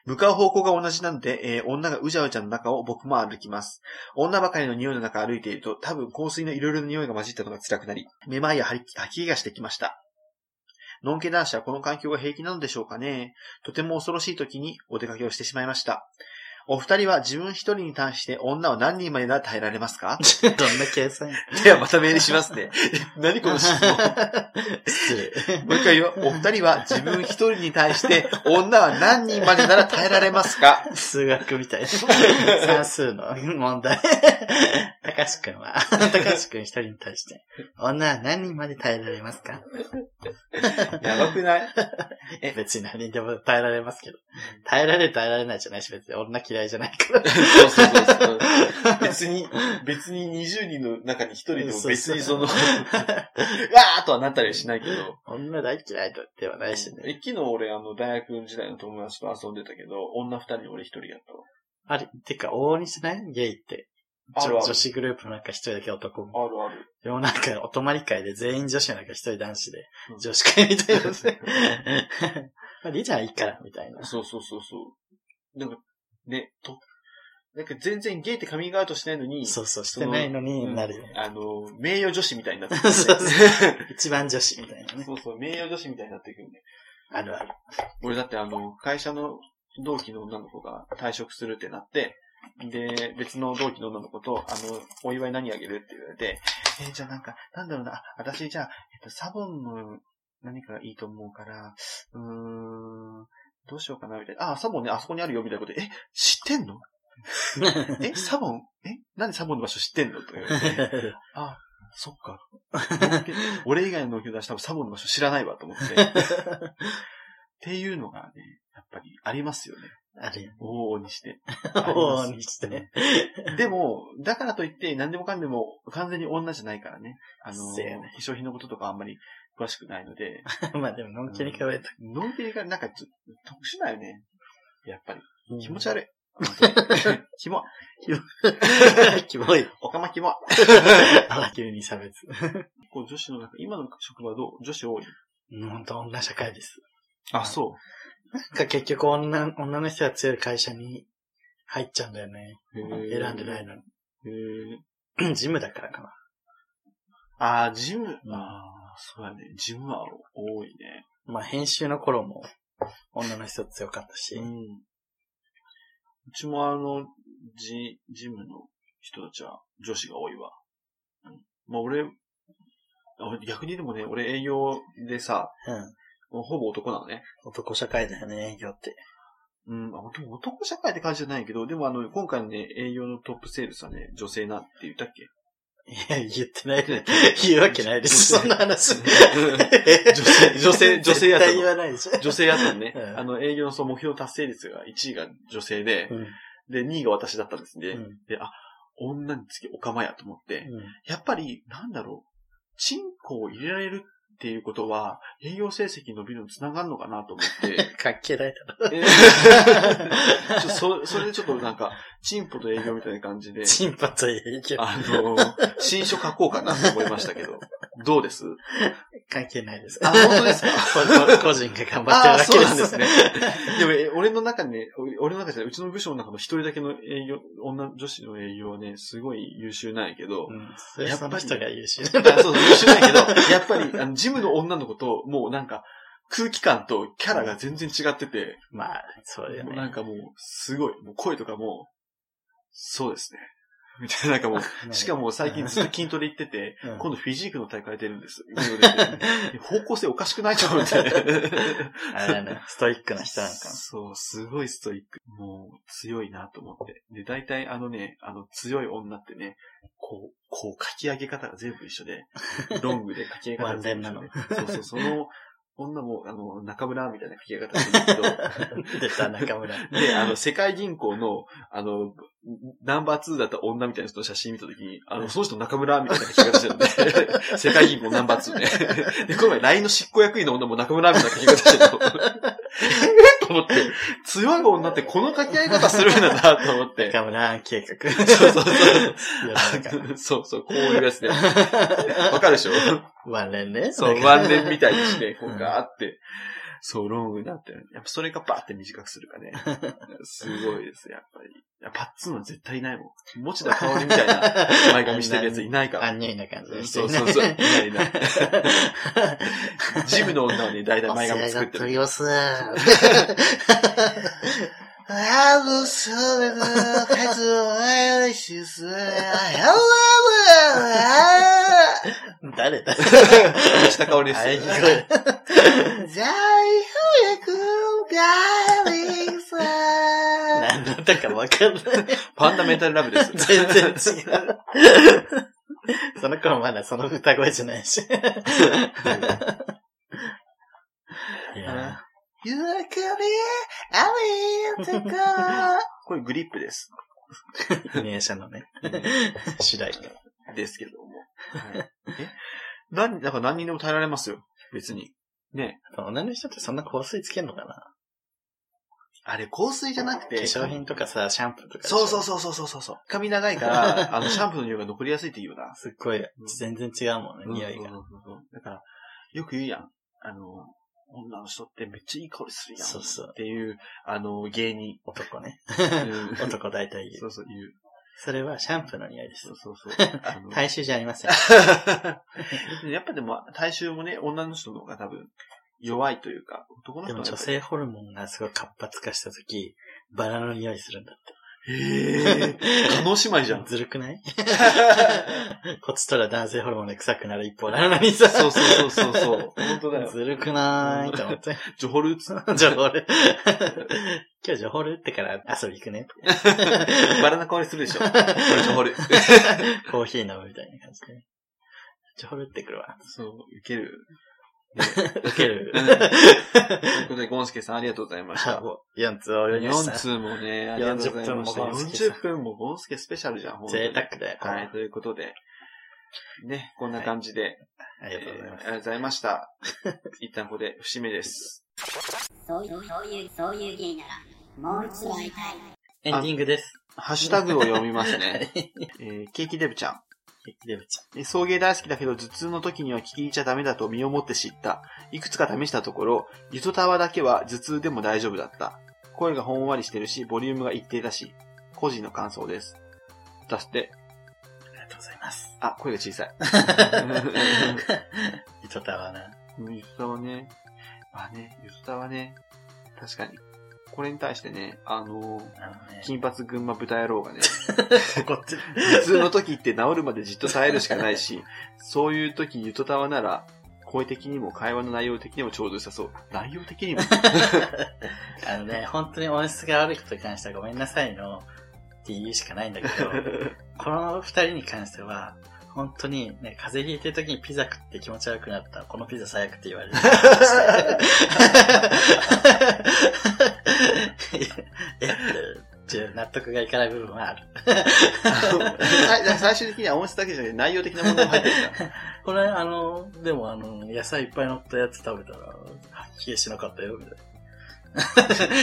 Speaker 1: 向かう方向が同じなので、えー女がうじゃうじゃの中を僕も歩きます。女ばかりの匂いの中歩いていると、多分香水のいろいろな匂いが混じったのが辛くなり、めまいや吐き吐き気がしてきました。のんけ男子はこの環境が平気なのでしょうかね。とても恐ろしい時にお出かけをしてしまいました。お二人は自分一人に対して女は何人までなら耐えられます か
Speaker 2: どんな計算
Speaker 1: ではまたメールしますね。 何この質 問。
Speaker 2: 失礼。
Speaker 1: もう一回言うよ。お二人は自分一人に対して女は何人までなら耐えられますか
Speaker 2: 数学みたいな。算数の問題。 たかしく んは、たかしくん一人に対して、女は何人まで耐えられますか
Speaker 1: やばくないえ
Speaker 2: 別に何人でも耐えられますけど。耐えられる耐えられないじゃないし、別に女嫌いじゃない から。
Speaker 1: そうそうそうそう。別に、別に20人の中に1人でも別にそ の、うわーとはなったりはしないけど。
Speaker 2: 女大嫌いではないしね。
Speaker 1: え昨日俺、あの、大学時代の友達と遊んでたけど、女2人俺1人やったわ。
Speaker 2: あれ、てか、往々にしないゲイって。
Speaker 1: あるあ
Speaker 2: 女
Speaker 1: る
Speaker 2: 女子グループの中一人だけ男も。
Speaker 1: あるある。
Speaker 2: でもなんか、お泊まり会で全員女子の中一人男子で
Speaker 1: うん、
Speaker 2: 女子会みたいなので。 まあ、リーちゃんはいいから、みたいな。
Speaker 1: そうそうそうそう。なんか、ね、と、なんか全然ゲイってカミングアウトしないのに、
Speaker 2: そうそう、してないのになるよね。
Speaker 1: あの、名誉女子みたいになってくる、
Speaker 2: そう
Speaker 1: ね。
Speaker 2: そう。一番女子みたいなね。
Speaker 1: そうそう、名誉女子みたいになってくるね。
Speaker 2: あるある。
Speaker 1: 俺だってあの、会社の同期の女の子が退職するってなって、で、別の同期の女の子と、あの、お祝い何あげるって言われて、えーじゃあなんか、なんだろうな、あ私じゃあ、えっと、サボンの何かがいいと思うから、うーん、どうしようかな、みたいな。あ、サボンね、あそこにあるよ、みたいなことで、え、知ってんのえ、サボンえ、なんでサボンの場所知ってんのとか言われて、あ、そっか。俺以外の農協出したらサボンの場所知らないわと思って。っていうのがね、やっぱりありますよね。
Speaker 2: あるよ。
Speaker 1: 往々にして。
Speaker 2: 往々にして。
Speaker 1: でも、だからといって何でもかんでも完全に女じゃないからね。あの、
Speaker 2: そうやね
Speaker 1: 化粧品のこととかあんまり詳しくないの で、
Speaker 2: まあでも、のんきに可愛いと。
Speaker 1: のんびりがなんかちょ特殊だよね。やっぱり。気持ち
Speaker 2: 悪
Speaker 1: 悪い。本当にキモい。
Speaker 2: い。 キモい。
Speaker 1: おかまキモい。
Speaker 2: あ、急に差別。
Speaker 1: 結構女子の中、今の職場どう女子多い
Speaker 2: うんほんと女社会です。
Speaker 1: あ、そう。
Speaker 2: なんか結局女、女の人が強い会社に入っちゃうんだよね。選んでないのに。
Speaker 1: へー
Speaker 2: ジムだからかな。
Speaker 1: あー、ジム。
Speaker 2: うん
Speaker 1: あー、そうやね。ジムは多いね。
Speaker 2: まあ編集の頃も女の人強かったし。
Speaker 1: ん。うちもあの、ジ、ジムの人たちは女子が多いわ。うん。まあ俺、あ逆にでもね、俺営業でさ、
Speaker 2: うん。
Speaker 1: ほぼ男なのね。
Speaker 2: 男社会だよね、営業って。
Speaker 1: うん、あでも男社会って感じじゃないけど、でもあの、今回のね、営業のトップセールスはね、女性なって言ったっ け
Speaker 2: いや、言ってないで。言うわけないです。そんな話。
Speaker 1: 性女 性女性や
Speaker 2: 絶
Speaker 1: と
Speaker 2: 対言わないでしょ。。
Speaker 1: 女性やったのね
Speaker 2: うん
Speaker 1: あの、営業のその目標達成率が1位が女性で、
Speaker 2: うん。
Speaker 1: で、2位が私だったんですね。
Speaker 2: うん
Speaker 1: で、あ、女につきお釜やと思って、
Speaker 2: う
Speaker 1: やっぱり、なんだろう、チンコを入れられるっていうことは、営業成績伸びるのにつながるのかなと思って、
Speaker 2: ん。関係ない
Speaker 1: え
Speaker 2: だ
Speaker 1: ちょそそれでちょっとなんか、チンポと営業みたいな感じで
Speaker 2: ろ。、チンパと営業。
Speaker 1: あの、新書書こうかなと思いましたけど、どうです
Speaker 2: 関係ないです。
Speaker 1: あ本当ですか
Speaker 2: 個人が頑張って
Speaker 1: あーそう
Speaker 2: るわけです。
Speaker 1: なんですね。でもえ、俺の中にね、お俺の中じゃない、うちの部署の中の一人だけの営業、女、女子の営業はね、すごい優秀なんやけど、
Speaker 2: うん。それその人が優秀。
Speaker 1: あそうそう、優秀 なんやけど、やっぱり、あの、ジムの女の子と、もうなんか、空気感とキャラが全然違ってて、
Speaker 2: まあ、そうよ
Speaker 1: もう
Speaker 2: ね。
Speaker 1: なんかもう、すごい、もう声とかも、そうですね。みたいな、なんかもう、しか
Speaker 2: も、
Speaker 1: も最近ずっと筋トレ行ってて、
Speaker 2: うん
Speaker 1: 今度フィジークの大会出るんです。 方向性おかしくないと思って。
Speaker 2: あれだね、ストイックな人なんか。
Speaker 1: そう、すごいストイック。もう、強いなと思って。で、大体あのね、あの、強い女ってね、こう、こう、書き上げ方が全部一緒 で、ロングで書き上げ方が全部一緒
Speaker 2: ワン
Speaker 1: で。そうそう、その女も、あの、中村みたいな書き上げ方するんだけど、
Speaker 2: 出た、中村。
Speaker 1: で、あの、世界銀行の、あの、ナンバー2だった女みたいな人の写真見たときに、あの、その人中村みたいな書き方してるんで、世界銀行ナンバー2ね。で、この前 LINE の執行役員の女も中村みたいな書き方してるの。えと思って、強い女ってこの書き合い方するんだなと思って。
Speaker 2: 中村計画。
Speaker 1: そう そうそう。
Speaker 2: 世 の
Speaker 1: そうそう、こういうやつで。わ か
Speaker 2: 中。
Speaker 1: るでしょ
Speaker 2: ワンレンね。
Speaker 1: そう、
Speaker 2: だから
Speaker 1: ワンレンみたいに して、こうガーって、そう、ロングになってる。やっぱそれがバーって短くするか ね。すごいです、やっぱり。いやパッツンは絶対いないもん。持田香織みたい な前髪してるやついないか
Speaker 2: ア
Speaker 1: ら。
Speaker 2: ンニュイな感じ
Speaker 1: そうそうそう。いないいない。ジムの女はね、大体前髪作ってる。
Speaker 2: よさ。あの、そうだな、カイツ、あいしす、誰だ
Speaker 1: 持田香織です
Speaker 2: あ
Speaker 1: よ
Speaker 2: れ聞
Speaker 1: ね。
Speaker 2: こえる。何の歌かわかんない。
Speaker 1: パンダメンタルラブです。
Speaker 2: 全然違う。その頃まだその歌声じゃないし。いや
Speaker 1: ゆうあけ これグリップです。
Speaker 2: ー、イネーシャのね、主題歌。
Speaker 1: ですけど も。え何、だから何人でも耐えられますよ。別に。ね。
Speaker 2: 女の人ってそんな香水つけんのかな
Speaker 1: あれ、香水じゃなくて。
Speaker 2: 化粧品とかさ、シャンプーとかでしょ。
Speaker 1: そうそうそうそうそうそうそう。髪長い から、あの、シャンプーの匂いが残りやすいって言うよな。
Speaker 2: すっごい、全然違うもんね、匂いが。
Speaker 1: うんうんうんうんだから、よく言うやん。あの、女の人ってめっちゃいい香りするやん。
Speaker 2: そうそう
Speaker 1: っ。ていう、あの、芸人。
Speaker 2: 男ね。
Speaker 1: うん
Speaker 2: 男大体言。
Speaker 1: そううそう、言う。
Speaker 2: それはシャンプーの匂いです
Speaker 1: そう。そうそう。あの
Speaker 2: 大衆じゃあり ません。
Speaker 1: やっぱでも、体臭もね、女の人の方が多分、弱いというか、男の
Speaker 2: で
Speaker 1: 人
Speaker 2: も
Speaker 1: はやっ
Speaker 2: 女
Speaker 1: ぱり
Speaker 2: 性ホルモンがすごい活発化した時、バラの匂いするんだって。
Speaker 1: へぇー。叶姉妹じゃん。
Speaker 2: ずるく ないこっちとら男性ホルモンで臭くなる一方なのにさ。
Speaker 1: そうそうそうそうそう。本当 だよ。
Speaker 2: ずるくなーいと思って。
Speaker 1: ジョホルーツ。
Speaker 2: ジョホール。今日ジョホールってから遊び 行くね。
Speaker 1: バラな香りする でしょ。これジョホル。
Speaker 2: コーヒー飲むみたいな感じで。ジョホールってくるわ。
Speaker 1: そう、いける。
Speaker 2: ウケる
Speaker 1: う。んということで、ゴンスケさんありがとうございまし
Speaker 2: あ
Speaker 1: た。
Speaker 2: もう4つ泳ぎまし
Speaker 1: 4
Speaker 2: た。
Speaker 1: 通もね、ありがとうございました。
Speaker 2: 40分もゴンスケさん
Speaker 1: 40分もゴンスケスペシャルじゃん、ほんとに
Speaker 2: 贅沢だよ。
Speaker 1: はい、ということで、ね、こんな感じで、
Speaker 2: ありがとうございま
Speaker 1: えーあり
Speaker 2: す
Speaker 1: がとうございま した。一旦ここで、節目です。
Speaker 3: そういう、そういう、そういう芸なら、もう一度会いたい。
Speaker 2: エンディングです。
Speaker 1: ハッシュタグを読みますね。
Speaker 2: はい
Speaker 1: えーケーキデブちゃん。
Speaker 2: デブちゃん。
Speaker 1: え送迎大好きだけど、頭痛の時には聞いちゃダメだと身をもって知った。いくつか試したところ、ゆとたわだけは頭痛でも大丈夫だった。声がほんわりしてるし、ボリュームが一定だし、個人の感想です。だして、
Speaker 2: ありがとうござい ます。
Speaker 1: あ、声が小さい。
Speaker 2: 糸タワーな。
Speaker 1: うんゆずたはね、まあね、ゆずたはね、確かに。これに対してね、あのー
Speaker 2: あのね、
Speaker 1: 金髪群馬豚野郎がね、
Speaker 2: 怒ってる。
Speaker 1: 普通の時って治るまでじっと耐えるしかない し、そういう時ゆとたわなら、声的にも会話の内容的にもちょうど良さそう。内容的に も
Speaker 2: あのね、本当に音質が悪いことに関してはごめんなさいのって言うしかないんだけど、この二人に関しては、本当にね、風邪ひいてる時にピザ食って気持ち悪くなった。このピザ最悪って言われる。えちょっと納得がいかない部分はある。
Speaker 1: 最最終的には音質だけじゃなくて内容的なものも入ってきた。
Speaker 2: これ、あの、でもあの、野菜いっぱい乗ったやつ食べたら、発揮しなかったよ、みたい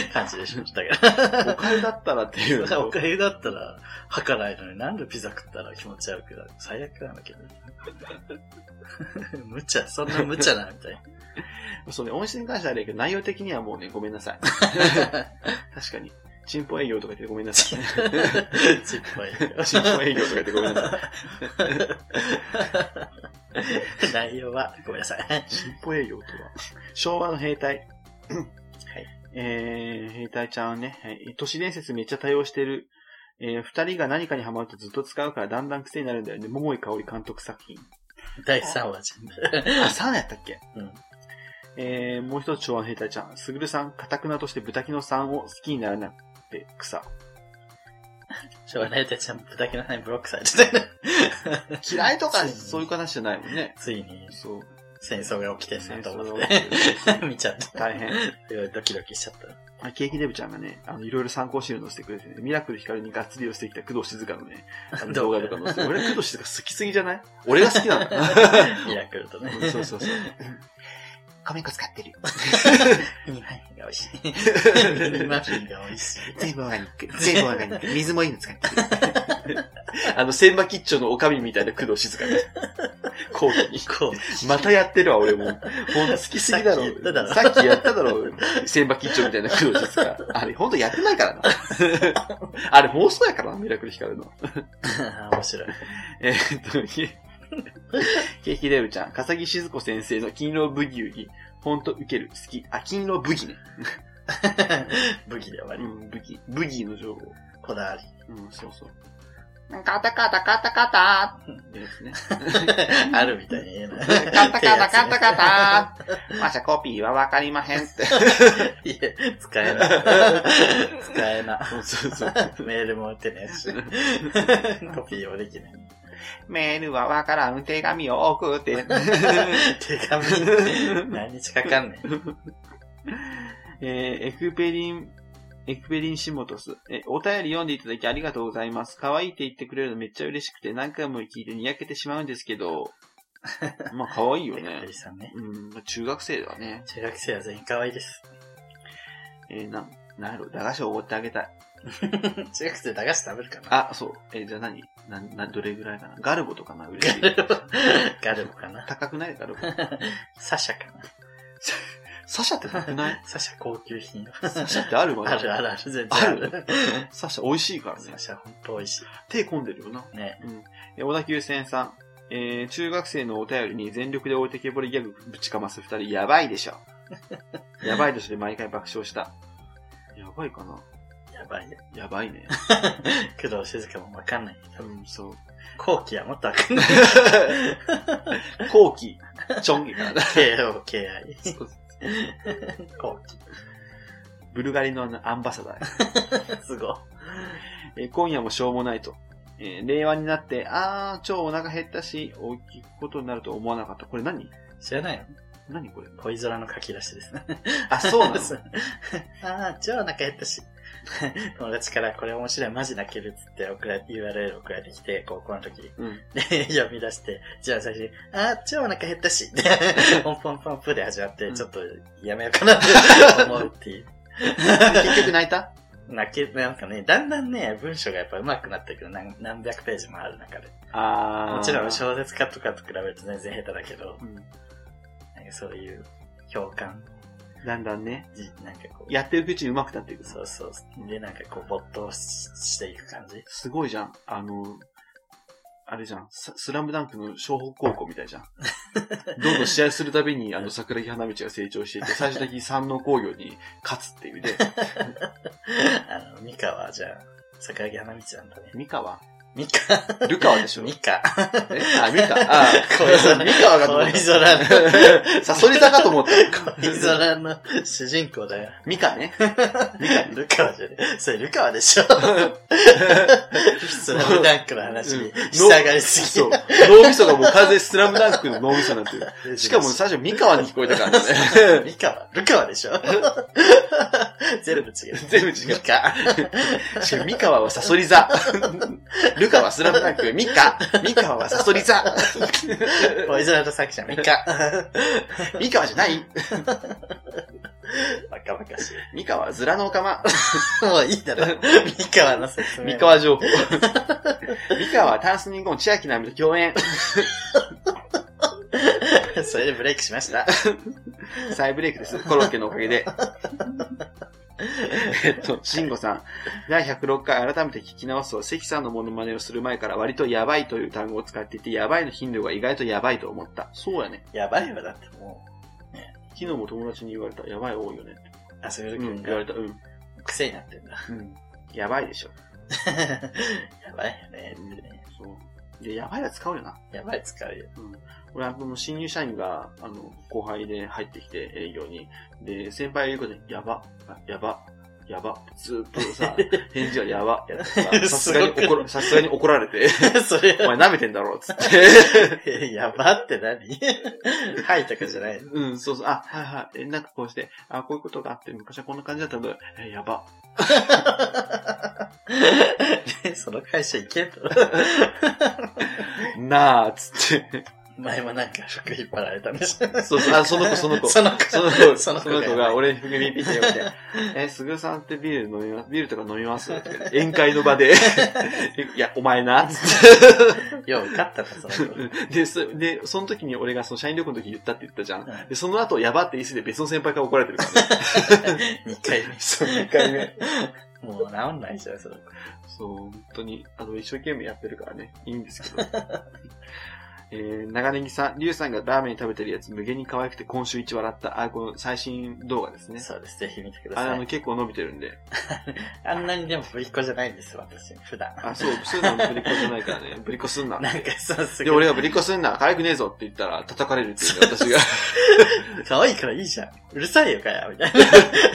Speaker 2: な感じでしましたけど。
Speaker 1: おかゆだったらっていうのと
Speaker 2: おかゆだったら吐かないのになんでピザ食ったら気持ち悪くなる最悪なんだけど。 無茶、そんな無茶なみたい
Speaker 1: そうね、音質に関してはあれやけど、内容的にはもうね、ごめんな さい。
Speaker 2: な。
Speaker 1: 確かに。チンポ営業とか言ってごめんなさい。
Speaker 2: ちっぱい。
Speaker 1: チンポ営業とか言ってごめんなさい。
Speaker 2: 内容はごめんなさい。
Speaker 1: 進歩営業とは、昭和の兵隊。えー、兵隊ちゃんはね、はい都市伝説めっちゃ多用してる。えー、二人が何かにハマるとずっと使うからだんだん癖になるんだよね。桃井香織監督作品。
Speaker 2: 第3話じ
Speaker 1: あ、3やったっけ
Speaker 2: ゃん。うん。
Speaker 1: えー、もう一つ昭和の兵隊ちゃん。すぐるさん、かたくなとして豚キノさんを好きにならなくて草。
Speaker 2: 昭和のたちゃん、豚キの羽にブロックされて たよね。
Speaker 1: 嫌いとか、そういう話じゃないもんね。
Speaker 2: ついに
Speaker 1: そう。
Speaker 2: 戦争が起きてる
Speaker 1: 戦
Speaker 2: なと
Speaker 1: 争
Speaker 2: 思
Speaker 1: が
Speaker 2: っ
Speaker 1: 起き
Speaker 2: て。
Speaker 1: てるそう
Speaker 2: 見ちゃった。
Speaker 1: 大変。
Speaker 2: すごいドキドキしちゃっ た。
Speaker 1: あケーキデブちゃんがね、あの、いろいろ参考資料載せてくれてね、ミラクル光にがっつり寄せてきた工藤静香のね、あの動画とか 載せて、俺工藤静香好きすぎじゃない俺が好きなん だ。
Speaker 2: ミラクルとね。
Speaker 1: うん そうそうそう。米粉使って る。
Speaker 2: ミニマフィンが美味しい。ミ ニマフィンが美味しい。
Speaker 1: 全部オーガニック。全部オーガニック。水もいいの使って る。あの、千葉吉兆のおかみみたいな工藤静香 が。コートに。
Speaker 2: こう、
Speaker 1: またやってるわ、俺も。ほんと好きすぎだろ。
Speaker 2: さっき言っただろ
Speaker 1: さっきやっただ ろ。千葉吉兆みたいな工藤静香。あれ、ほんとやってない からな。あれ、妄想やからな、ミラクル光るの。
Speaker 2: 面白い。
Speaker 1: えーっと、 ケーキデブちゃん、笠木静子先生の勤労ブギウギ、ほんとウケる、好き。あ、勤労ブギね。
Speaker 2: 武器で終わ
Speaker 1: う
Speaker 2: り。
Speaker 1: ん、ブギ。ブギの情報。
Speaker 2: こだわり。
Speaker 1: うん、そうそう。カタカタカタカタってやつね。
Speaker 2: あるみたいに言えない。
Speaker 1: カタカタカタカタまさコピーはわかりまへんって。
Speaker 2: いえ、使えな。 使えな。
Speaker 1: そうそう そう。
Speaker 2: メールも打てねえし。 コピーもでき ない。
Speaker 1: メールはわからん手紙を送って。
Speaker 2: 手紙、何日かかんね
Speaker 1: えーエクペリン、エクペリンシモトス。え、お便り読んでいただきありがとうございます。可愛いって言ってくれるのめっちゃ嬉しくて何回も聞いてにやけてしまうんですけ ど、まあ可愛い
Speaker 2: え。
Speaker 1: よ
Speaker 2: てか
Speaker 1: ね
Speaker 2: り。さんね。
Speaker 1: うん、まあ中学生だね。
Speaker 2: 中学生は全員可愛いです。
Speaker 1: えー、なん、なんやろ、駄菓子をおごってあげたい。
Speaker 2: 中学生駄菓子食べるかな
Speaker 1: あ、そう。えーじゃあ何な、な、どれぐらいかなガルボとかな、嬉
Speaker 2: ガ
Speaker 1: しい。
Speaker 2: ルボ。ガルボかな
Speaker 1: 高くないガルボ。
Speaker 2: サシャかな
Speaker 1: サシャってなくない
Speaker 2: サシャ高級品。
Speaker 1: サシャってあるわ
Speaker 2: あ
Speaker 1: ね
Speaker 2: るあるある、全然
Speaker 1: あ
Speaker 2: あ
Speaker 1: る
Speaker 2: る。
Speaker 1: サシャ美味しいからね
Speaker 2: サ。シャほんと美味し
Speaker 1: 手込んでるよな。
Speaker 2: い。ね。
Speaker 1: えー小田急線さん。えー中学生のお便りに全力で置いてけぼりギャグぶちかます二人、やばいでし ょ。やばいとして毎回爆笑した。やばいかな
Speaker 2: やばいよ。
Speaker 1: やばいね。
Speaker 2: 工藤静香もわかんないけ
Speaker 1: う
Speaker 2: ど。
Speaker 1: ん、そう。
Speaker 2: 後期はもっとわ かんない。
Speaker 1: 後期、チョンギから だ。
Speaker 2: KOKI。後
Speaker 1: ブルガリのアンバサダー。
Speaker 2: 期。すごい。
Speaker 1: えー今夜もしょうもないと。えー令和になって、あー、超お腹減ったし、大きいことになると思わなかった。これ何
Speaker 2: 知らないの
Speaker 1: 何これ
Speaker 2: 恋空の書き出しですね。
Speaker 1: あ、そう なの
Speaker 2: ああ、超お腹減ったし。 友達からこれ面白い、マジ泣けるっつって送られ、URL 送られてきて、高校の時。
Speaker 1: うん。
Speaker 2: で、読み出して、じゃあ最初に、あー、超お腹減っ たし。で、ポンポンポンプで始まって、ちょっとやめようかなって 思うっていう。
Speaker 1: 結局泣いた
Speaker 2: 泣け、なんかね、だんだんね、文章がやっぱ上手くなってくる。何何百ページもある中で。
Speaker 1: あー。
Speaker 2: もちろん小説家とかと比べると全然下手だけど、
Speaker 1: うん
Speaker 2: なんかそういう共感、
Speaker 1: だんだんね、
Speaker 2: じなんかこう。
Speaker 1: やってるうちに上手くなっていく。
Speaker 2: そうそう。で、なんかこう、没頭ししていく感 じ。
Speaker 1: すごいじゃん。あの、あれじゃん、ススラムダンクの湘北高校みたいじ ゃん。どんどん試合するたびに、あの、桜木花道が成長していて、最終的に山王工業に勝つっていうね。
Speaker 2: あの、ミカはじゃあ、桜木花道なんだね。
Speaker 1: ミカは
Speaker 2: ミカ、
Speaker 1: ルカワでしょ
Speaker 2: ミ カ。
Speaker 1: えあ、ミカ。あ、
Speaker 2: 恋空
Speaker 1: ミカはかと思っ
Speaker 2: 恋空の、
Speaker 1: た。サソリ座かと思った。
Speaker 2: 恋空の主人公だよ。
Speaker 1: ミカね。
Speaker 2: ルカワじゃね それルカワでしょスラムダンクの話に従いす
Speaker 1: そ
Speaker 2: ぎ
Speaker 1: う。脳みそがもう完全にスラムダンクの脳みそになってる。
Speaker 2: る。
Speaker 1: しかも 最初ミカワに聞こえたからね。
Speaker 2: ミカはルカワでし ょ全部違う。
Speaker 1: 全部違う
Speaker 2: ミカ。
Speaker 1: しかもミカワはサソリ座。ルカはスラムダンク。ミカ。ミカワはサソリ座。
Speaker 2: 恋空の作者、ミカ。
Speaker 1: ミカワじゃない。
Speaker 2: バカバカしい。
Speaker 1: ミカワはズラのオカマ。
Speaker 2: もういい だろ。ミカワの説明。
Speaker 1: ミカワ情報。ミカワはタンスニンゴン千秋並みと共演。
Speaker 2: それでブレイクしました。
Speaker 1: 再ブレイクです。コロッケのおかげで。えっと、慎吾さん。第106回改めて聞き直すと、関さんのモノマネをする前から割とやばいという単語を使っていて、やばいの頻度が意外とやばいと思った。そうやね。
Speaker 2: やばいわ、だっても
Speaker 1: 昨日も友達に言われた。やばい多いよね。、
Speaker 2: う。あ、そういううん時
Speaker 1: 言わ
Speaker 2: が
Speaker 1: れた。うん。
Speaker 2: 癖になってんだ。
Speaker 1: うん。やばいでしょ。
Speaker 2: やばいよねってね。
Speaker 1: そう。で、やばいは使うよな。
Speaker 2: やばい使うよ。
Speaker 1: 俺はこの新入社員が、あの、後輩で入ってきて営業に。で、先輩が言うことに、やば、あやば、やば、ずーっと さ、返事はやば、やばささ すがに
Speaker 2: す
Speaker 1: 怒
Speaker 2: ご
Speaker 1: ら、さすがに怒られ て、
Speaker 2: それ
Speaker 1: お前舐めてんだろ、つって。
Speaker 2: えやばって何 はいとかじゃないの。
Speaker 1: うん、そうそう、あ、はいはい、えなんかこうして、あ、こういうことがあって、昔はこんな感じだったんだ、え、やば。
Speaker 2: ねその会社行けと。
Speaker 1: なあ、つって。
Speaker 2: 前もなんか服引っ張られたんでしょ。
Speaker 1: そうそう、あ、その子、その子。
Speaker 2: その子。
Speaker 1: その子
Speaker 2: その
Speaker 1: そ
Speaker 2: 子
Speaker 1: の
Speaker 2: が
Speaker 1: 子が俺に含みピッて読んで、え、すぐるさんってビール飲みます、ビールとか飲みますって宴会の場 で、いや、お前な、つっ
Speaker 2: よう受かったな、その子。
Speaker 1: て。で、そ、で、その時に俺がその社員旅行の時言ったって言ったじゃん。
Speaker 2: う
Speaker 1: で、その後、やばって言い過ぎて別の先輩から怒られてるから ね。
Speaker 2: ん、2回 目。
Speaker 1: そう、2回目。
Speaker 2: もう治んないじゃん、その子。
Speaker 1: そう、本当に、あの、一生懸命やってるからね、いいんです けど。えー、長ネギさん、リュウさんがラーメン食べてるやつ無限に可愛くて今週一笑った、あ、この最新動画ですね。
Speaker 2: そうです、ぜひ見てくだ
Speaker 1: あれ、
Speaker 2: さ
Speaker 1: あの、
Speaker 2: い。
Speaker 1: 結構伸びてるんで。
Speaker 2: あんなにでもぶりっ子じゃないんです、私、普段。
Speaker 1: あ、そう、そういうのブリコじゃないからね。ブリコすんな。
Speaker 2: なんかさ、す
Speaker 1: で、俺
Speaker 2: ごい。
Speaker 1: がブリコすんな、可愛くねえぞって言ったら叩かれるっていうね、私が。
Speaker 2: 可愛いからいいじゃん。うるさいよ、かよ、みた いな。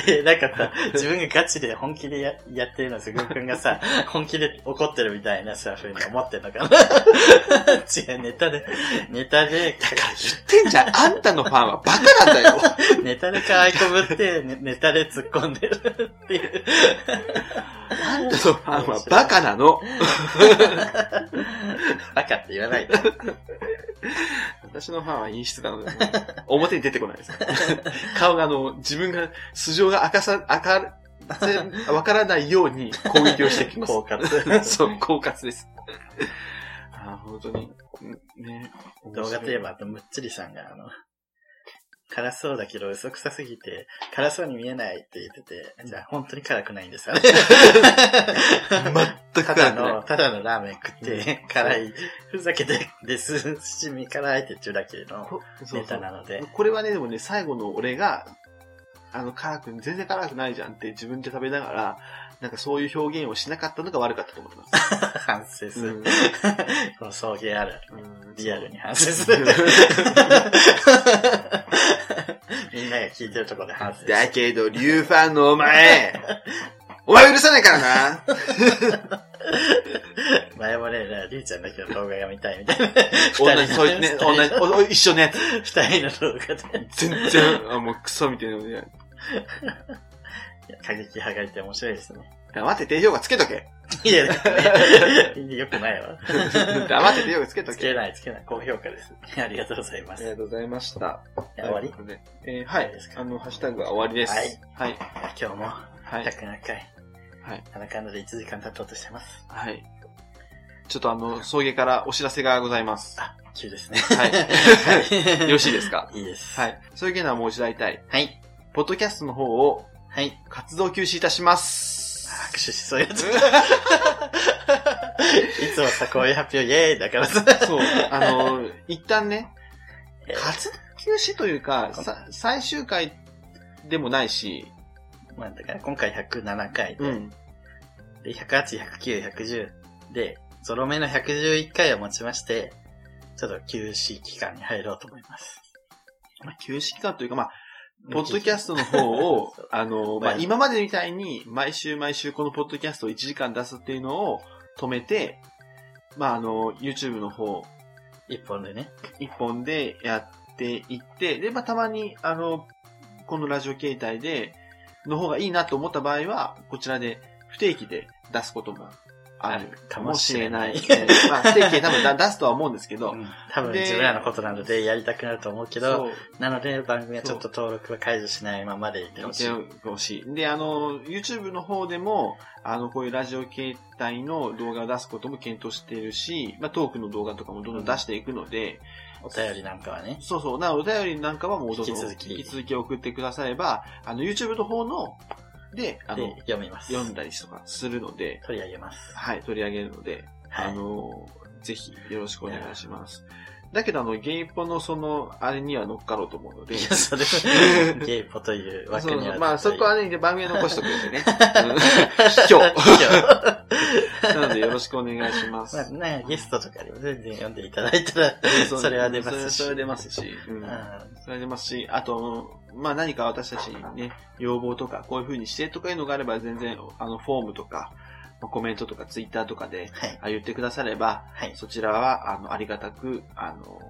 Speaker 2: え、なんかさ、自分がガチで本気でややってるの、すぐくんがさ、本気で怒ってるみたいな、そういうふうに思ってん のかな。違う、ネタで、ネタで、
Speaker 1: 言ってんじゃん、あんたのファンはバカなんだよ。
Speaker 2: ネタで可愛こぶって、ねネタで突っ込んでるっていう。
Speaker 1: あんたのファンはバカなの。
Speaker 2: バカって言わないで。
Speaker 1: 私のファンは陰湿なので、もう表に出てこないです。顔があの、自分が、素性が明かさ、明か、わからないように攻撃をしてきます。
Speaker 2: 狡 猾。
Speaker 1: そう、狡猾です。あー本当に。んね
Speaker 2: 動画といえば、あと、むっちりさんが、あの、辛そうだけど嘘くさすぎて、辛そうに見えないって言ってて、じゃあ本当に辛くないんですよね。
Speaker 1: 全
Speaker 2: た
Speaker 1: く辛
Speaker 2: だ
Speaker 1: くない
Speaker 2: の、ただのラーメン食って、辛い、ふざけてです、七味辛いって言ってるだけの
Speaker 1: こそう
Speaker 2: ネ
Speaker 1: そ
Speaker 2: タ
Speaker 1: う
Speaker 2: なので、
Speaker 1: これはね、でもね、最後の俺が、あの、辛く、全然辛くないじゃんって自分で食べながら、なんかそういう表現をしなかったのが悪かったと思います。
Speaker 2: 反省する。この送迎あるあるねリアルに反省す
Speaker 1: そう
Speaker 2: る。みんなが聞いてるところで反省する。
Speaker 1: だけど、竜ファンのお 前、お前許さないからな
Speaker 2: 前もね、りゅうちゃんだけの動画が見たいみたいな。
Speaker 1: 同じ、そういうね、同じ、おお一緒のやつ。
Speaker 2: 二人の動画で。
Speaker 1: 全然、あもうクソみたいなのや。
Speaker 2: 過激派がいて面白いですね。
Speaker 1: 黙って低評価つけと け。
Speaker 2: いや、よくないわ。
Speaker 1: 黙って低評価つけと
Speaker 2: つ
Speaker 1: け。
Speaker 2: けない、つけない。高評価です。ありがとうございま
Speaker 1: あ
Speaker 2: す。
Speaker 1: りがとうございました。
Speaker 2: 終わり
Speaker 1: ということでえーはい。あの、ハッシュタグは終わりです。
Speaker 2: はい。
Speaker 1: はい。
Speaker 2: 今日も
Speaker 1: はい。
Speaker 2: 107回。
Speaker 1: はい。
Speaker 2: あの感じで1時間経とうとしてます。
Speaker 1: はい。ちょっとあの、送迎からお知らせがござい ます。
Speaker 2: あ、急ですね。
Speaker 1: はい
Speaker 2: は
Speaker 1: よろしいですか
Speaker 2: い。いいです。
Speaker 1: は。い。そういう件はもう一度大体、
Speaker 2: はい。
Speaker 1: ポッドキャストの方を
Speaker 2: はい。
Speaker 1: 活動休止いたします。
Speaker 2: 拍手しそういうやつ。いつもさ、こういう発表、イェーイだ からさ。
Speaker 1: そう。あの、一旦ね、
Speaker 2: えー
Speaker 1: 活動休止というか、さ最終回でもないし、
Speaker 2: まあ、だから今回107回で、
Speaker 1: うん。
Speaker 2: で、108、109、110で、ゾロ目の111回をもちまして、ちょっと休止期間に入ろうと思います。
Speaker 1: まあ、休止期間というか、まあ、ポッドキャストの方を
Speaker 2: そう、
Speaker 1: あの、まあ、
Speaker 2: はい
Speaker 1: 今までみたいに、毎週毎週このポッドキャストを1時間出すっていうのを止めて、まあ、あの、YouTube の方、
Speaker 2: 一本でね。
Speaker 1: 一本でやっていって、で、まあ、たまに、あの、このラジオ形態で、の方がいいなと思った場合は、こちらで不定期で出すこともあるかもしれない。
Speaker 2: かもしれない
Speaker 1: まあ、不定期で多分だ出すとは思うんですけど、
Speaker 2: うん多分
Speaker 1: で
Speaker 2: 自分らのことなのでやりたくなると思うけ
Speaker 1: そ
Speaker 2: ど、
Speaker 1: う、
Speaker 2: なので番組はちょっと登録は解除しないままでいて
Speaker 1: や
Speaker 2: ほ
Speaker 1: っ
Speaker 2: しい。は
Speaker 1: てほしい。で、あの、YouTube の方でも、あの、こういうラジオ形態の動画を出すことも検討しているし、まあ、トークの動画とかもどんどん出していくので、
Speaker 2: お便りなんかはね。
Speaker 1: そうそう、なお便りなんかはもうどうぞ
Speaker 2: 引き続き
Speaker 1: 引き続き送ってくだされば、あの、YouTube の方の、で、あ
Speaker 2: で
Speaker 1: の、
Speaker 2: 読みます。
Speaker 1: 読んだりとかするので、
Speaker 2: 取り上げます。
Speaker 1: はい、取り上げるので、
Speaker 2: は
Speaker 1: あ
Speaker 2: い。
Speaker 1: の、ぜひよろしくお願いします。だけど、あの、ゲイポのその、あれには乗っかろうと思うので
Speaker 2: い、や、それ、ゲイポという枠
Speaker 1: そう
Speaker 2: に
Speaker 1: そ
Speaker 2: は。
Speaker 1: うまあ、そこ はね、で番組は残しとくんでね。うん卑
Speaker 2: 今
Speaker 1: 怯。
Speaker 2: 日。
Speaker 1: なのでよろしくお願いします
Speaker 2: ま。あ、なんかゲストとかでも全然読んでいただいたら、
Speaker 1: う
Speaker 2: それは出ますし
Speaker 1: それそれ出ますし。うん
Speaker 2: うん
Speaker 1: それは出ますし、あと、まあ何か私たちにね、要望とか、こういう風にしてとかいうのがあれば、全然、あの、フォームとか、コメントとか、ツイッターとかで
Speaker 2: はい。
Speaker 1: あ言ってくだされば、
Speaker 2: はい。
Speaker 1: そちらは、あの、ありがたく、あの、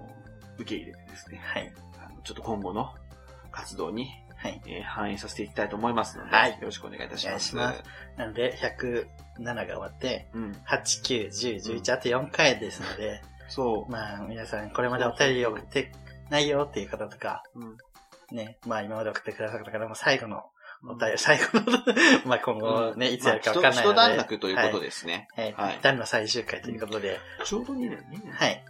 Speaker 1: 受け入れてですね、
Speaker 2: はい。
Speaker 1: あのちょっと今後の活動に、
Speaker 2: はい。
Speaker 1: えー反映させていきたいと思いますので、
Speaker 2: はい
Speaker 1: よろしくお願いいたします。
Speaker 2: お願いしなので、107が終わって、
Speaker 1: うん。
Speaker 2: 8、9、10、11、あと4回ですので、
Speaker 1: そ
Speaker 2: まあ、皆さん、これまでお便りを送ってないよっていう方とか、
Speaker 1: う。うん。
Speaker 2: ね、まあ、今まで送ってくださった方も最後のお便り、最後の、 まあ、今後ね、いつやるか分かんないので。
Speaker 1: まあ人人段落ということ
Speaker 2: で。
Speaker 1: ですね。
Speaker 2: はい。
Speaker 1: はい
Speaker 2: 一旦の最終回ということで、
Speaker 1: ちょうど2年、2年。
Speaker 2: はい。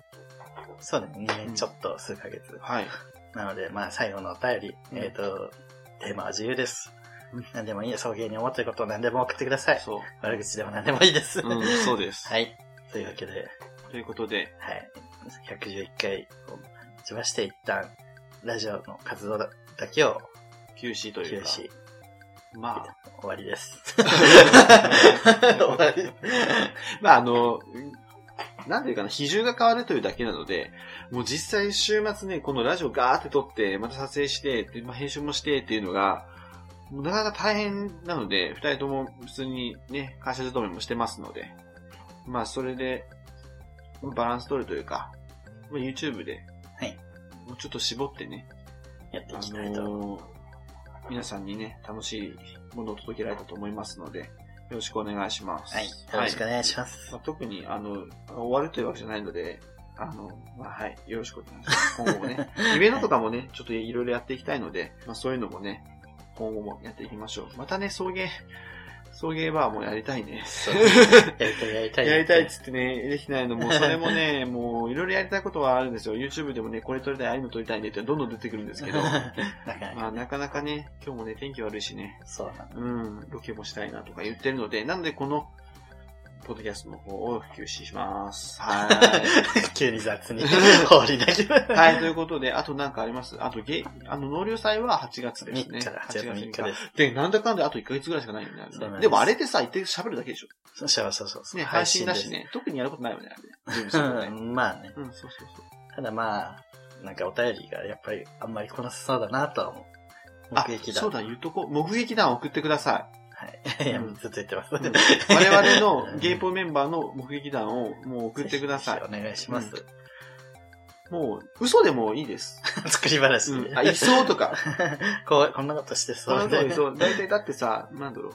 Speaker 2: そうだね、2年ちょっと、数ヶ月。
Speaker 1: はい。
Speaker 2: なので、まあ、最後のお便り、
Speaker 1: うん
Speaker 2: えっ、と、テーマは自由です
Speaker 1: うん。
Speaker 2: 何でもいいです。送迎に思ってることを何でも送ってください。
Speaker 1: そ
Speaker 2: 悪口でも何でもいいです。
Speaker 1: う。うん、そうです。
Speaker 2: はい。というわけで、
Speaker 1: ということで、
Speaker 2: はい。111回を打ちまして、一旦、ラジオの活動だけを
Speaker 1: 休止とい
Speaker 2: 休
Speaker 1: うか。
Speaker 2: 止、
Speaker 1: ま あ、
Speaker 2: 終わりです。
Speaker 1: ん
Speaker 2: 終わり。
Speaker 1: まああの、なんていうかな、比重が変わるというだけなので、もう実際週末ね、このラジオガーって撮って、また撮影して、でまあ、編集もしてっていうのが、もうなかなか大変なので、二人とも普通にね、会社勤めもしてますので、まあそれで、バランス取るというか、まあ YouTube で、
Speaker 2: はい
Speaker 1: もうちょっと絞ってね、
Speaker 2: やってい
Speaker 1: あ
Speaker 2: きたいと。
Speaker 1: のー皆さんにね、楽しいものを届けられたと思いますので、よろしくお願いします。
Speaker 2: はい。よろしくお願いします。
Speaker 1: まあ、特に、あの、終わるというわけじゃないので、あの、まあ、はい、よろしくお願いします。今後も ね、イベントとかもね、ちょっといろいろやっていきたいので、まあ、そういうのもね、今後もやっていきましょう。またね、送迎、送迎バーもやりたい ね。
Speaker 2: そう。やりたい、やりたい。。
Speaker 1: やりたいっつってね、できないのも、それもね、 もういろいろやりたいことはあるんですよ。YouTube でもね、これ撮りたい、ああいうの撮りたいねってどんどん出てくるんですけど
Speaker 2: なんかね
Speaker 1: まあなかなかね、今日もね、天気悪いしね、
Speaker 2: そうなの。
Speaker 1: うん、ロケもしたいなとか言ってるので、なのでこの、ポッドキャストの方を普及します。はい。
Speaker 2: 急に 雑に放り投げる。い。
Speaker 1: はい、ということで、あとなんかありますあとゲ、あの、納涼祭は8月です
Speaker 2: 3
Speaker 1: ね。
Speaker 2: 日だ、8月3日
Speaker 1: で
Speaker 2: です。
Speaker 1: で、なんだかんだあと1ヶ月ぐらいしかないよね
Speaker 2: そうなんで。す
Speaker 1: でもあれでさ、言って喋るだけでしょ。
Speaker 2: そうそうそうそう。
Speaker 1: ね、配信だし。ね、特にやることないよね、あれ準備す
Speaker 2: う
Speaker 1: るのね。
Speaker 2: ん、まあね。
Speaker 1: うん、そうそうそう。
Speaker 2: ただまあ、なんかお便りがやっぱりあんまり来なさそうだなとは思う。
Speaker 1: あ
Speaker 2: 目撃、だ。
Speaker 1: そうだ、言っとこう。目撃談送ってくださ
Speaker 2: はい。いや、ずっと言ってます。
Speaker 1: い。うん我々のゲイポメンバーの目撃談をもう送ってくださ
Speaker 2: ぜひお願いします。
Speaker 1: い。もう、嘘でもいいです。
Speaker 2: 作り話、
Speaker 1: うんあ、いそうとか。
Speaker 2: こう、こんなことして
Speaker 1: そ
Speaker 2: そう
Speaker 1: の通り、
Speaker 2: で。
Speaker 1: そう。大体だってさ、なんだろう。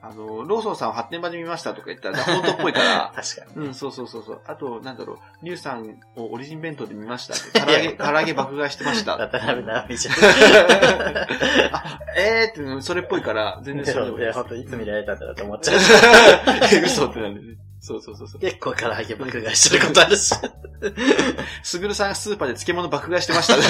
Speaker 1: あの、ローソンさんを発展場で見ましたとか言ったら、本当っぽいから。
Speaker 2: 確かに。
Speaker 1: うん、そうそうそうそう。あと、なんだろう、リュウさんをオリジン弁当で見ましたって。 唐揚げ、唐揚げ爆買いしてました。
Speaker 2: 渡辺直美ちゃん。
Speaker 1: あ、えーっての、それっぽいから、全然それでもいい
Speaker 2: い
Speaker 1: で
Speaker 2: や、
Speaker 1: す
Speaker 2: ほんといつ見られたんだろうと思っちゃう。
Speaker 1: 嘘ってなんでね。そうそうそうそう。
Speaker 2: 結構唐揚げ爆買いしてることあるし。
Speaker 1: すぐるさんがスーパーで漬物爆買いしてま した。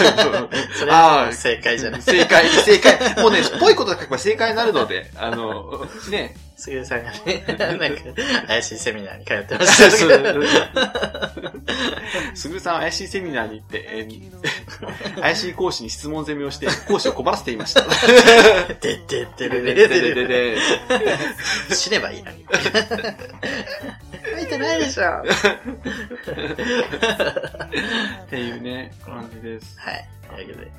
Speaker 2: それは正解じゃない。
Speaker 1: 正解、正解。もうね、っぽいことが書けば正解になるので、あの、ね。
Speaker 2: すぐるさんがね、なんか、怪しいセミナーに通ってましたけど。
Speaker 1: すぐるさんは怪しいセミナーに行って、 えー怪しい講師に質問攻めをして、講師を困らせていました。
Speaker 2: でってっ
Speaker 1: で
Speaker 2: てる
Speaker 1: でで
Speaker 2: で
Speaker 1: で
Speaker 2: でで
Speaker 1: で
Speaker 2: で。
Speaker 1: で
Speaker 2: 死ねばいい のに。書いてないでしょ。は
Speaker 1: っていうね、感じです。
Speaker 2: い。というわけで、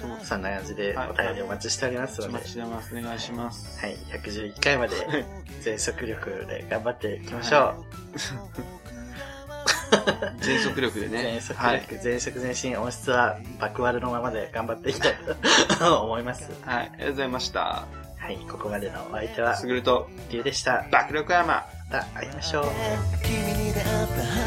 Speaker 1: そう
Speaker 2: そんな感じでお便りお待ちしております
Speaker 1: お
Speaker 2: ので
Speaker 1: 待ち。してます。お願いします。
Speaker 2: はい、111回まで全速力で頑張っていきましょ
Speaker 1: 全速力で
Speaker 2: う。
Speaker 1: ね
Speaker 2: 全。速
Speaker 1: はい。
Speaker 2: 力、全速前進、音質は爆割るのままで頑張っていきたい と思います。
Speaker 1: はい。ありがとうございました。
Speaker 2: はい、ここまでのお相手は
Speaker 1: す、ぐると、
Speaker 2: りゅうでした。
Speaker 1: 爆力山。
Speaker 2: また会いましょう。
Speaker 4: 君に出会った